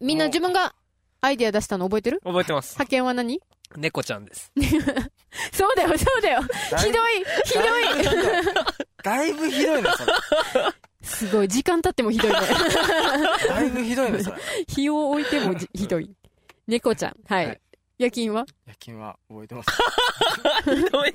S3: みんな自分がアイデア出したの覚えてる
S4: 覚えてます
S3: 派遣は何
S4: 猫ちゃんです
S3: そうだよ、そうだよ。ひどい、ひどい。
S5: だいぶひどいね、それ。
S3: すごい、時間経ってもひどいね。
S5: だいぶひどいね、それ。
S3: 日を置い てもじひどい。猫ちゃん。は
S5: はい
S3: い。夜勤は
S5: 夜勤は覚えてます。
S4: 覚
S3: 覚え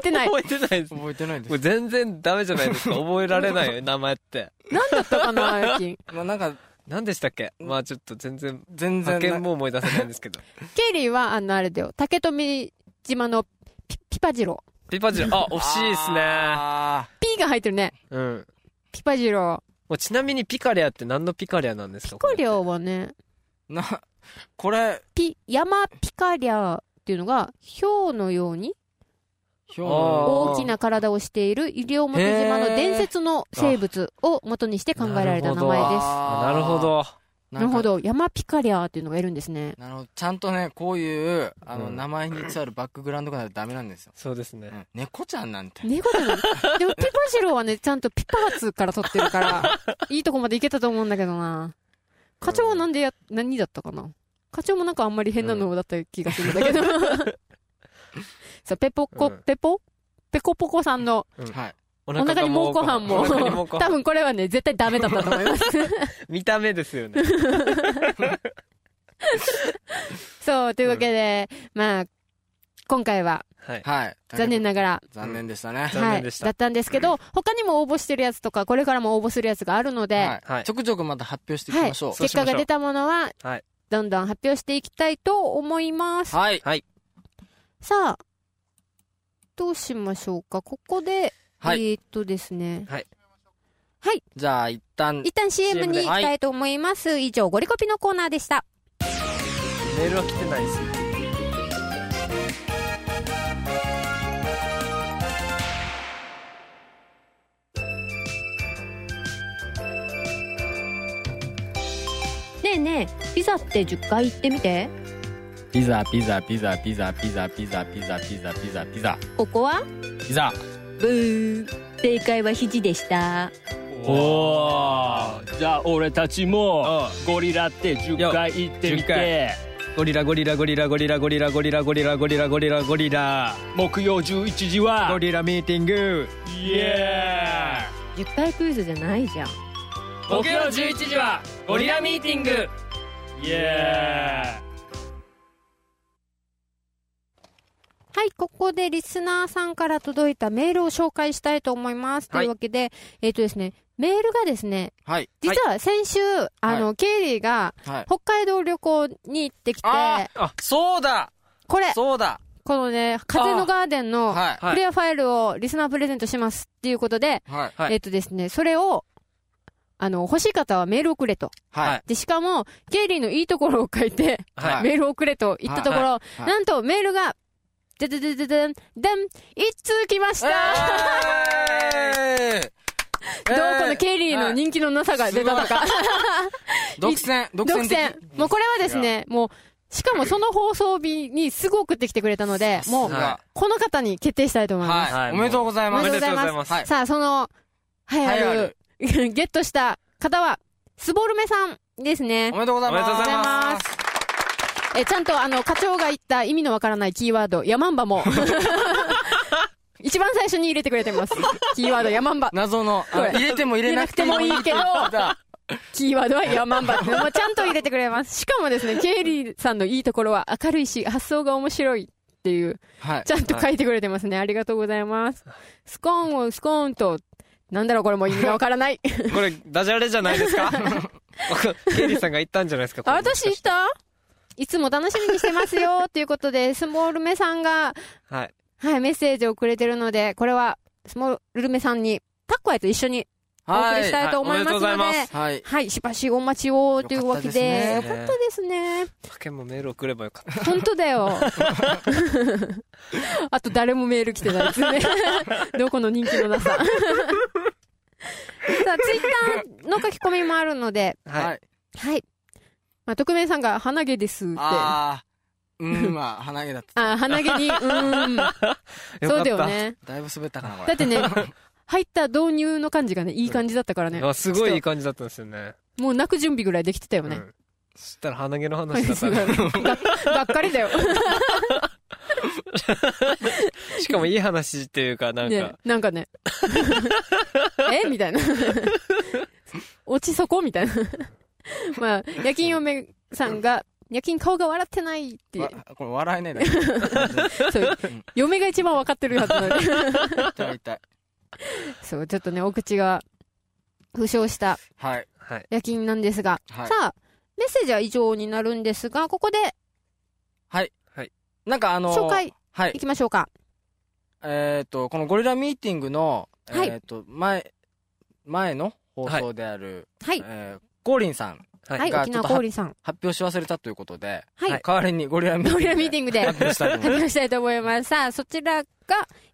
S3: てない。
S4: えてないです
S5: 覚えてない で
S4: これ
S5: す。
S4: 全然ダメじゃないですか覚えられないよ名前って
S3: 何だったかな、夜勤。
S5: まあなんか、
S4: 何でしたっけまあちょっと全然
S5: 全然
S4: 派
S5: な
S4: 遣も思い出せないんですけど
S3: ケイリーは、あの、あれだよ。竹富島のピピパジロー。
S4: ピパジロあ惜しいですね
S5: あ
S3: P が入ってるね。
S4: うん
S3: ピパジロー。
S4: もうちなみにピカリアって何のピカリアなんですか
S3: ピカリャーはね、
S5: ーな、これ、
S3: ピ、山ピカリャーっていうのが、氷のように
S5: ひ
S4: あー
S3: 大きな体をしている西表島の伝説の生物を元にして考えられた名前です。
S4: なるほ。ど
S5: な
S3: なるほど。
S5: ど。
S3: 山ピカリャーっていうのがいるんですね。
S5: なるほど。ちゃんとね、こういう、あの、
S4: うん
S5: 名前につわるバックグラウンドがないとダメなんですよ。
S4: そうですね
S5: うん猫ちゃんなんて。
S3: 猫だな。でも、ピパジローはね、ちゃんとピパーツから取って るから、いいとこまでいけたと思うんだけどな。課長はなんでや、何だったかな課長もなんかあんまり変なのだった気がするんだ けど。そう、ペポコ、
S4: うん
S3: ペポペコポコさんの
S5: はい。
S4: お
S3: お腹にもうご飯も
S4: お腹にもうご、飯
S3: 多分これはね、絶対ダメだったと思い ます。
S4: 見た目ですよね
S3: そう、というわけで、まあ、今回は
S4: はい
S5: はい。
S3: 残念な
S5: な。
S3: がら、
S5: 残念でしたね。
S4: 残念でした
S3: はい、だったんですけど、他にも応募してるやつとか、これからも応募するやつがあるので、
S5: はい
S4: はい
S5: ちょくちょくまた発表していき
S3: はい、
S5: ましょう。
S4: そうし
S3: 結
S4: ましょう
S3: 果が出たものは、
S4: はい
S3: どんどん発表していきたいと思います。
S5: はい。
S4: はい
S3: さあ、どうしましょうか。ここで、
S5: はい。
S3: えーっとですね、
S5: じゃあ、一旦、
S3: 一旦 CM に
S4: CM
S3: 行
S4: で
S3: きたいと思います。以上、ゴリコピのコーナーでした。
S4: メールは来てないです
S3: えねえピザって10回言ってみて
S5: ピザピザピザピザピザピザピザピザピザピザ
S3: ここは
S5: ピザ
S3: ブー正解は肘でした
S1: おーじゃあ俺たちもゴリラって10回言ってみ
S4: よっ10
S1: て
S4: ゴリラゴリラゴリラゴリラゴリラゴリラゴリラゴリラゴリラゴリラ
S1: 木曜11時は
S4: ゴリラミーティング
S1: イエ
S3: 10回クイズじゃないじゃん
S1: ーイ木曜11時はゴリラミーティングイエーイ
S3: はい、ここでリスナーさんから届いたメールを紹介したいと思います。と
S5: はい
S3: いうわけで、えっ、とですね、メールがですね、
S5: はい
S3: 実は先週、あの、ケイリーが
S5: はい
S3: 北海道旅行に行ってきて、
S5: あーあそうだ
S3: これ、
S5: そうだ
S3: このね、風のガーデンの
S5: は
S3: クリアファイルをリスナープレゼントしますっていうことで、
S5: いはい
S4: はい
S3: えっ、とですね、それを、あの、欲しい方はメールをくれと。
S5: はい
S3: で、しかも、ケイリーのいいところを書いて、
S5: はい
S3: メールをくれと言ったところ、
S5: いはい
S3: なんとメールが、でででででん、でん、一通来ました、
S5: えー
S3: どうこのケイリーの人気のなさが出たとか。
S5: 独占独
S3: 独
S5: 占的
S3: 占。もうこれはですね、もう、しかもその放送日にすぐ送ってきてくれたので、もう、
S5: は
S3: この方に決定したいと思います。
S5: い
S4: は
S5: はいいおめでとうござい
S3: お
S5: ま
S3: め
S5: す
S3: でとうございます。
S5: はい
S3: さあ、その、はや
S5: 栄えあ
S3: る
S5: る、
S3: ゲットした方は、スボルメさんですね
S5: お。めでとうございます
S4: おめでとうござい
S3: ますえ、ちゃんとあの、課長が言った意味のわからないキーワード、ヤマンバ も。一番最初に入れてくれてます。キーワード、ヤマンバ。
S5: 謎のあ
S3: これ
S5: 入れても入れなくても
S3: 入れなくてもいいけど
S5: だ
S3: キーワードはヤマンバってもうちゃんと入れてくれます。しかもですね、ケイリーさんのいいところは明るいし、発想が面白いっていう、
S5: はい
S3: ちゃんと書いてくれてますね。ありがとうございます。スコーンをスコーンと、なんだろうこれもう意味がわからない。
S4: これダジャレじゃないですかケリーさんが言ったんじゃないですかこ
S3: あ、
S4: れ
S3: 私言ったいつも楽しみにしてますよということで、スモールメさんが、
S4: はい
S3: はい、メッセージをくれてるので、これは、スモールメさんに、タッコアイと一緒にお送りし
S5: は
S3: たいと思いますので、
S4: はいはいおめでとうございま
S5: いはい
S3: はい、しばしお待ちをというわけで、
S5: よ
S3: よ
S5: か
S3: か
S4: っ
S3: った
S4: ですね
S3: たですね。
S4: パケもメール送ればよかった
S3: 本当だよ。 あと誰もメール来てないです ね。どこの人気の なさ。さあ、ツイッターの書き込みもあるので、
S5: はい
S3: はい。まあ、匿名さんが鼻毛ですって。あ
S5: ああうーんまあ鼻毛だっ
S3: あ、鼻毛に、う ーん。
S4: い
S3: そうだよ
S4: よ
S3: ね。
S5: ただいぶ滑ったかなこれ
S3: だってね、入った導入の感じがね、いい感じだったからね
S4: かった。あすごいいい感じだったんですよね
S3: もう泣く準備ぐらいできてたよ
S4: う
S3: ね。
S4: んそしたら鼻毛の
S3: はい
S4: 話 だっ
S3: す
S4: た
S3: ごい
S4: ね
S3: ががっかりだよ。
S4: しかもいい話っていうかなん
S3: ね
S4: か、
S3: なんかね。 えみたいな。落ちそこみたいな。まあ、夜勤嫁さんが、夜勤顔が笑ってないっていう。
S5: わこれ笑 えないだけ
S3: そう嫁が一番分かってるはず なのに。
S5: 痛い痛い
S3: そう、ちょっとね、お口が、負傷した
S5: はい
S4: はい
S3: 夜勤なんですが。
S5: はい
S3: さあ、メッセージは以上になるんですが、ここで
S5: なんかあのー
S3: 紹介
S5: はい
S3: 行きましょうか。
S5: えっ、と、このゴリラミーティングの、
S3: はい
S5: えっ、と、前、前の放送である、
S3: はい。
S5: えー、ゴーリンさん
S3: はい、
S5: が
S3: 沖
S5: ちょっ
S3: 縄
S5: と
S3: 氷さ ん。
S5: 発表し忘れたということで、
S3: はい。
S5: 代わりにゴリ ラミーティン
S3: ゴ
S5: グ
S3: リ
S5: で。
S3: ラミーティングで
S5: 発表したい
S3: 発
S5: と思います。
S3: 表したいと思います。さあ、そちらが、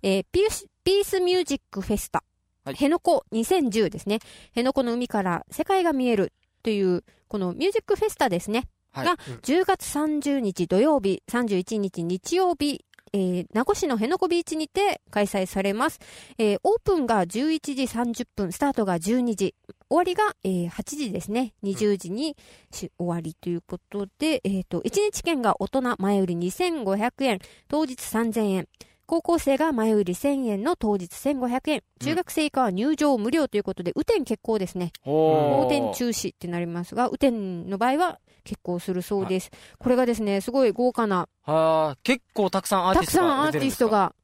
S3: えーピース、ピースミュージックフェスタ。
S5: はい
S3: 辺野古2010ですね。辺野古の海から世界が見えるという、このミュージックフェスタですね。
S5: はい
S3: が、10月30日土曜日、31日日曜日、えー名護市の辺野古ビーチにて開催されます。えーオープンが11時30分、スタートが12時、終わりが、えー8時ですね。20時にし終わりということで、えっ、と、1日券が大人前売り2500円、当日3000円。高校生が前売り1000円の当日1500円。中学生以下は入場無料ということで、雨天決行ですね。
S5: お
S3: 雨天
S5: ー
S3: 中止ってなりますが、雨天の場合は決行するそうです。これがですね、すごい豪華な、
S5: はー結構たくさんアー
S3: た
S5: ティ
S3: く
S5: スト
S3: さん
S5: が
S3: ア
S5: 出
S3: ー
S5: て
S3: テ
S5: るん
S3: ィ
S5: で
S3: ス
S5: す
S3: ト
S5: か。
S3: が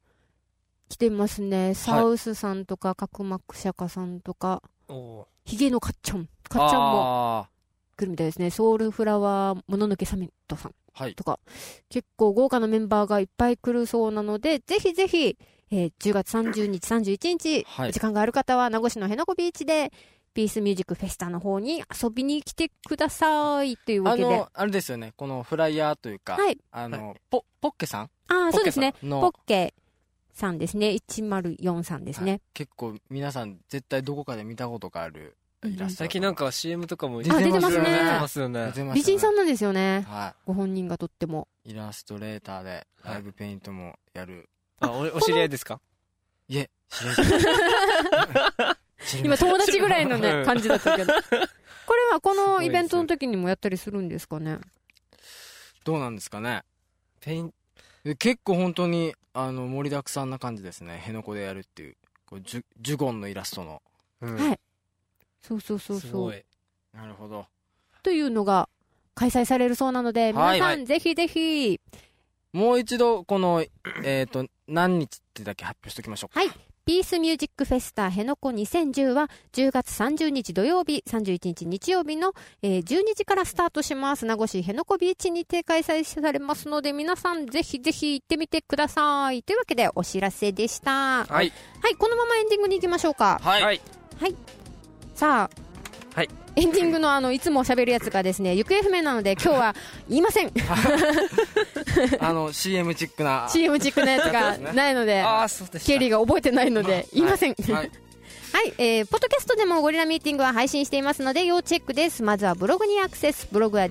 S3: 来てますね。サウスさんとか、角膜釈迦さんとか、
S4: おー
S3: ヒゲのかっちゃん。かっちゃんも
S5: も。
S3: 来るみたいですね。ソウルフラワーもののけサミットさん
S5: はい
S3: とか、結構豪華なメンバーがいっぱい来るそうなので、ぜひぜひ、えー10月30日、31日、
S5: はい
S3: 時間がある方は名護市の辺野古ビーチで、ピースミュージックフェスタの方に遊びに来てくださいというわ
S5: あ
S3: けで。
S5: の、あれですよね、このフライヤーというか、
S3: はい。
S5: あの、ポ、ポッケさん
S3: ああ、そうですね。ポ
S5: の
S3: ッ、ケさんですね。104さんです
S5: は
S3: ね
S5: い。結構皆さん絶対どこかで見たことがある、イラスト
S4: 最近なんか CM とかも出
S3: あ出てますね
S5: 出
S4: 出て
S5: て
S4: ま
S5: ます
S4: よね
S5: 出てま
S3: 美
S5: したね
S3: 人さんなんですよね
S5: は
S3: ご本人がとっても
S5: いイラストレーターでライブペイントもやる
S4: あおお知り合いですか
S5: い え知り ません知りま
S3: 今
S5: せん
S3: 友達ぐらいの
S4: う
S3: ね
S4: ん
S3: 感じだったけどこれはこ
S4: すごい
S3: の
S4: です
S3: イベントの時にもやったりするんですかね
S5: どうなんですかね
S4: ペイン
S5: で結構本当にあの盛りだくさんな感じですね辺野古でやるっていうこうジュジュゴンのイラストの
S4: うん
S3: はいそうそうそう
S4: す
S3: そ
S4: ご
S3: う
S4: い
S5: なるほど
S3: というのが開催されるそうなので
S5: は
S3: 皆さ
S5: い
S3: んぜひぜひ
S5: もう一度このえっ、と何日ってだけ発表しておきましょうか
S3: はいピースミュージックフェスタ辺野古2010は10月30日土曜日、31日日曜日の、えー12時からスタートします。名護市辺野古ビーチにて開催されますので、皆さんぜひぜひ行ってみてください。というわけでお知らせでした。はい、
S4: はい
S3: このままエンディングに行きましょうか。
S5: はい
S4: はい
S3: さあ、
S4: はい
S3: エンディングのあのいつも喋るやつがですね、行方不明なので今日は言いません。
S5: あの CM チックな
S3: CM チックのやつがないので。
S4: ああそうでした
S3: ケリーが覚えてないので言いません、
S5: はい
S3: はい、えーポッドキャストでもゴリラミーティングは配信していますので要チェックですまずはブログにアクセスブログは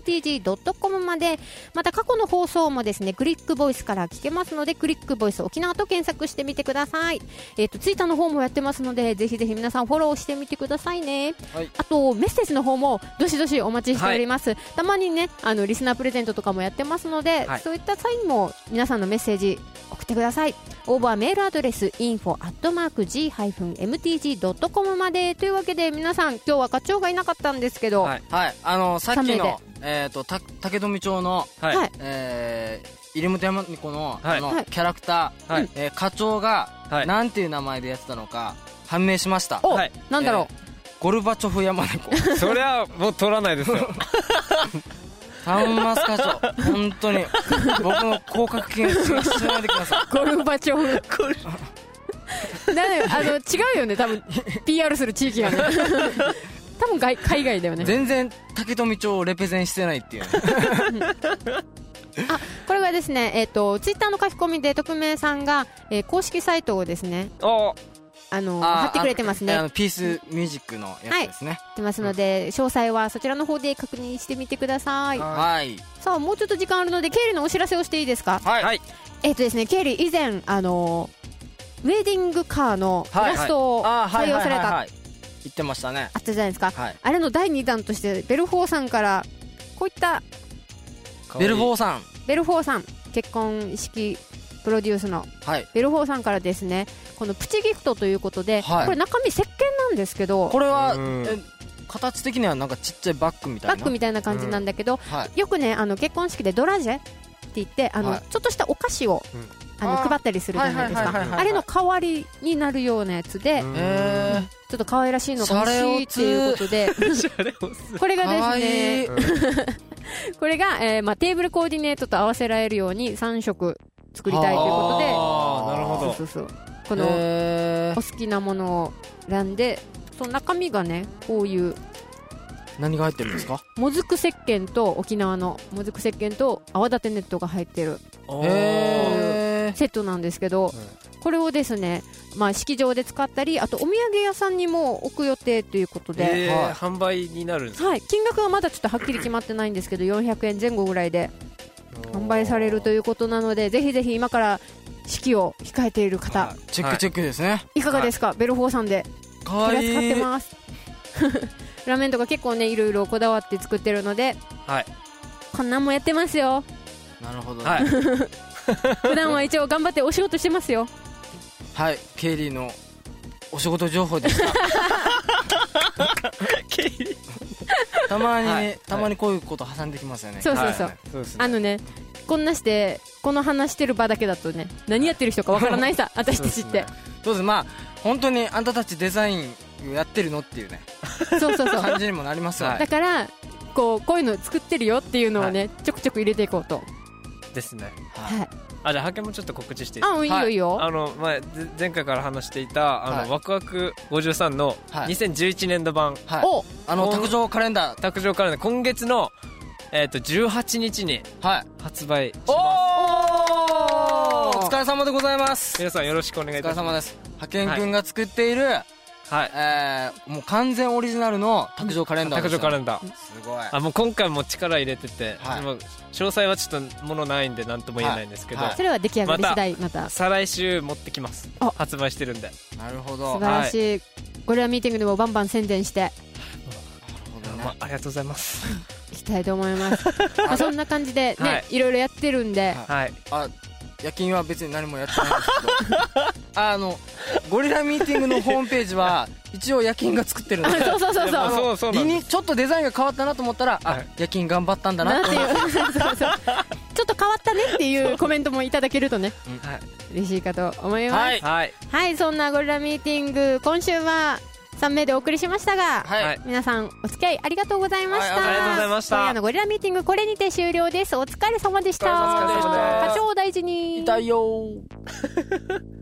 S3: g-mtg.com までまた過去の放送もですねクリックボイスから聞けますのでクリックボイス沖縄と検索してみてくださいえっ、とツイッターの方もやってますのでぜひぜひ皆さんフォローしてみてくださいね、
S5: はい
S3: あとメッセージの方もどしどしお待ちしております、たまにねあのリスナープレゼントとかもやってますので、
S4: はい
S3: そういった際にも皆さんのメッセージ送ってください応募はメールアドレス info.g-mtg.com までというわけで皆さん今日は課長がいなかったんですけど、
S4: はい
S5: はいあのさっ
S3: 三名
S5: き
S3: で
S5: のえっ、とた竹富町の
S4: はい
S3: はい
S5: えー、入本山猫の,、
S4: はい
S5: あの
S3: はい
S5: キャラクター、
S4: はい
S5: えー課長が、
S4: はい
S5: なんていう名前でやってたのか判明しました
S3: お、
S4: はい
S3: なんだろう、
S5: ゴルバチョフ山猫
S4: そりゃもう取らないですよ
S5: タウンマス課長本当に僕の広角筋を進めてくださ
S3: ゴルバチョフ。なんだよあの違うよね、多分 PR する地域がね。多分外海外だよ
S5: い
S3: ね。
S5: 全然竹富町をレペゼンしてないっていうね
S3: これはですね、えっ、とツイッターの書き込みで匿名さんが、えー公式サイトをですね、
S4: お
S3: あの
S5: あー
S3: 貼ってくれてますね。
S5: あ
S3: 貼
S5: のピースミュージックのやつですね
S3: ってますので、詳細はそちらの方で確認してみてください。
S5: はい
S3: さあもうちょっと時間あるので経理のお知らせをしていいですか。
S5: はい
S4: はい
S3: えっ、とですね、経理以前あのウェディングカーのイラストを
S5: あーは
S3: 採
S5: い
S3: 用
S5: はい
S3: さ
S5: は
S3: れ
S5: い
S3: た
S5: はい言ってましたね
S3: あったじゃないですか。
S5: はい
S3: あれの第2弾としてベルフォーさんからこういった
S5: ベル
S4: ー
S5: ボーさん
S3: ベルフォーさん結婚式プロデュースの
S5: はい
S3: ベルフォーさんからですねこのプチギフトということで、
S5: はい
S3: これ中身石鹸なんですけど
S5: これは
S4: うん
S5: え形的にはなんかちっちゃいバッグみたい
S3: バ
S5: な
S3: ッグみたいな感じなんだけど、
S5: はい
S3: よくねあの結婚式でドラジェって言ってあの、
S5: はい
S3: ちょっとしたお菓子を、
S4: うん
S3: あ
S5: あ
S3: の
S5: ー
S3: 配ったりするじゃないです
S5: はいはいはいはい
S3: か
S5: はい
S3: あれの代わりになるようなやつで、ち
S5: えー
S3: ょっと可愛らしいのが欲しいっていうことでこれが
S5: かわ
S3: ですね
S5: いい
S3: これが、えーまあ、テーブルコーディネートと合わせられるように3色作りたいということで
S5: あ
S4: ーなるほど
S3: そうそうそうこの、
S5: え
S3: お好きなものを選んでその中身がねこういう
S5: ー、何が入ってるんですか
S3: もずく石鹸と沖縄のもずく石鹸と泡立てネットが入ってる
S5: えー、
S3: セットなんですけど、これをですね、まあ、式場で使ったりあとお土産屋さんにも置く予定ということで、
S4: えー
S5: はい
S4: 販売になるんですか
S3: はい、金額はまだちょっとはっきり決まってないんですけど400円前後ぐらいで販売されるということなのでぜひぜひ今から式を控えている方
S5: チェックチェックですね、
S3: いかがですか、ベルフォーさんで
S5: か
S3: こ
S5: わ
S3: れ
S5: い
S3: 使って
S5: い
S3: ます。 ラーメンとか結構ねいろいろこだわって作ってるので、
S4: はい
S3: こんなんもやってますよ。
S5: なるほどは、
S4: はいい
S3: 普段は一応頑張ってお仕事してますよ。
S5: ケイリーのお仕事情報でしたたまに、
S4: はい
S5: たまにこういうこと挟んできますよね
S3: そうそうそう。
S5: はい
S4: そうですね
S3: あのねこんなしてこの話してる場だけだとね何やってる人かわからないさ私たちって。
S5: そうですまあ本当にあんたたちデザインやってるのっていうね
S3: そうそうそう。
S5: 感じにもなりますよね、
S3: だからこうこういうの作ってるよっていうのをね、ちょくちょく入れていこうと。
S4: ですね
S5: はい
S3: はい
S4: あじゃあ派遣もちょっと告知していいですか
S3: あうんいいよいいよ。
S4: あの前ぜ前回から話していたあの、
S5: はい
S4: ワクワク53の
S5: はい
S4: 2011年度版
S5: はい
S3: お
S5: あの卓上カレンダー
S4: 卓上カレンダー今月の、えー、と18日に
S5: はい
S4: 発売し
S5: お
S4: ます
S5: おお疲れ様でございます
S4: 皆さんよろしくお願い
S5: お
S4: い
S5: 疲れ
S4: たしま
S5: 様です派遣くんが作っている、
S4: すはい
S5: えー、もう完全オリジナルの卓上カレンダー
S4: 卓上カレンダー
S5: ダーすごい
S4: あもう今回も力入れてて、
S5: はい
S4: でも詳細はちょっとものないんで何とも言えないんですけど、
S5: はいはい
S3: それは出来上がり次第また素
S4: 再来週持ってきます
S3: あ
S4: 発売してるんで
S5: なるほど
S3: 晴らしい、ゴリラミーティングでもバンバン宣伝して
S4: まあ、ありがとうございます
S3: いきたいと思いますまあそんな感じでね、、
S4: はい
S3: ろいろやってるんで、
S5: は
S4: はい
S5: あ夜勤は別に何もやってないんですけどあのゴリラミーティングのホームページは一応夜勤が作ってるんで
S3: あそうそうそう
S4: いやまあ
S3: そう
S4: そうそうな
S5: リ
S4: んで
S5: ニちょっとデザインが変わったなと思ったら、
S4: は
S5: あ
S4: い
S5: 夜勤頑張ったんだ
S3: な
S5: な
S3: ん
S5: って
S3: ていうそうそうそうちょっと変わったねっていうコメントもいただけるとね
S4: すはい
S3: 嬉しいかと思います
S5: は
S3: はいい、
S4: はい
S3: そんなゴリラミーティング今週は3名でお送りしましたが、
S5: はい、
S4: はい
S3: 皆さんお付き合いありがとうございました、
S5: はいあ
S4: りがとうございました
S3: 今夜のゴリラミーティングこれにて終了ですお疲れ様でした
S5: お疲れ様でした
S3: 課長を大事に
S5: 痛いよー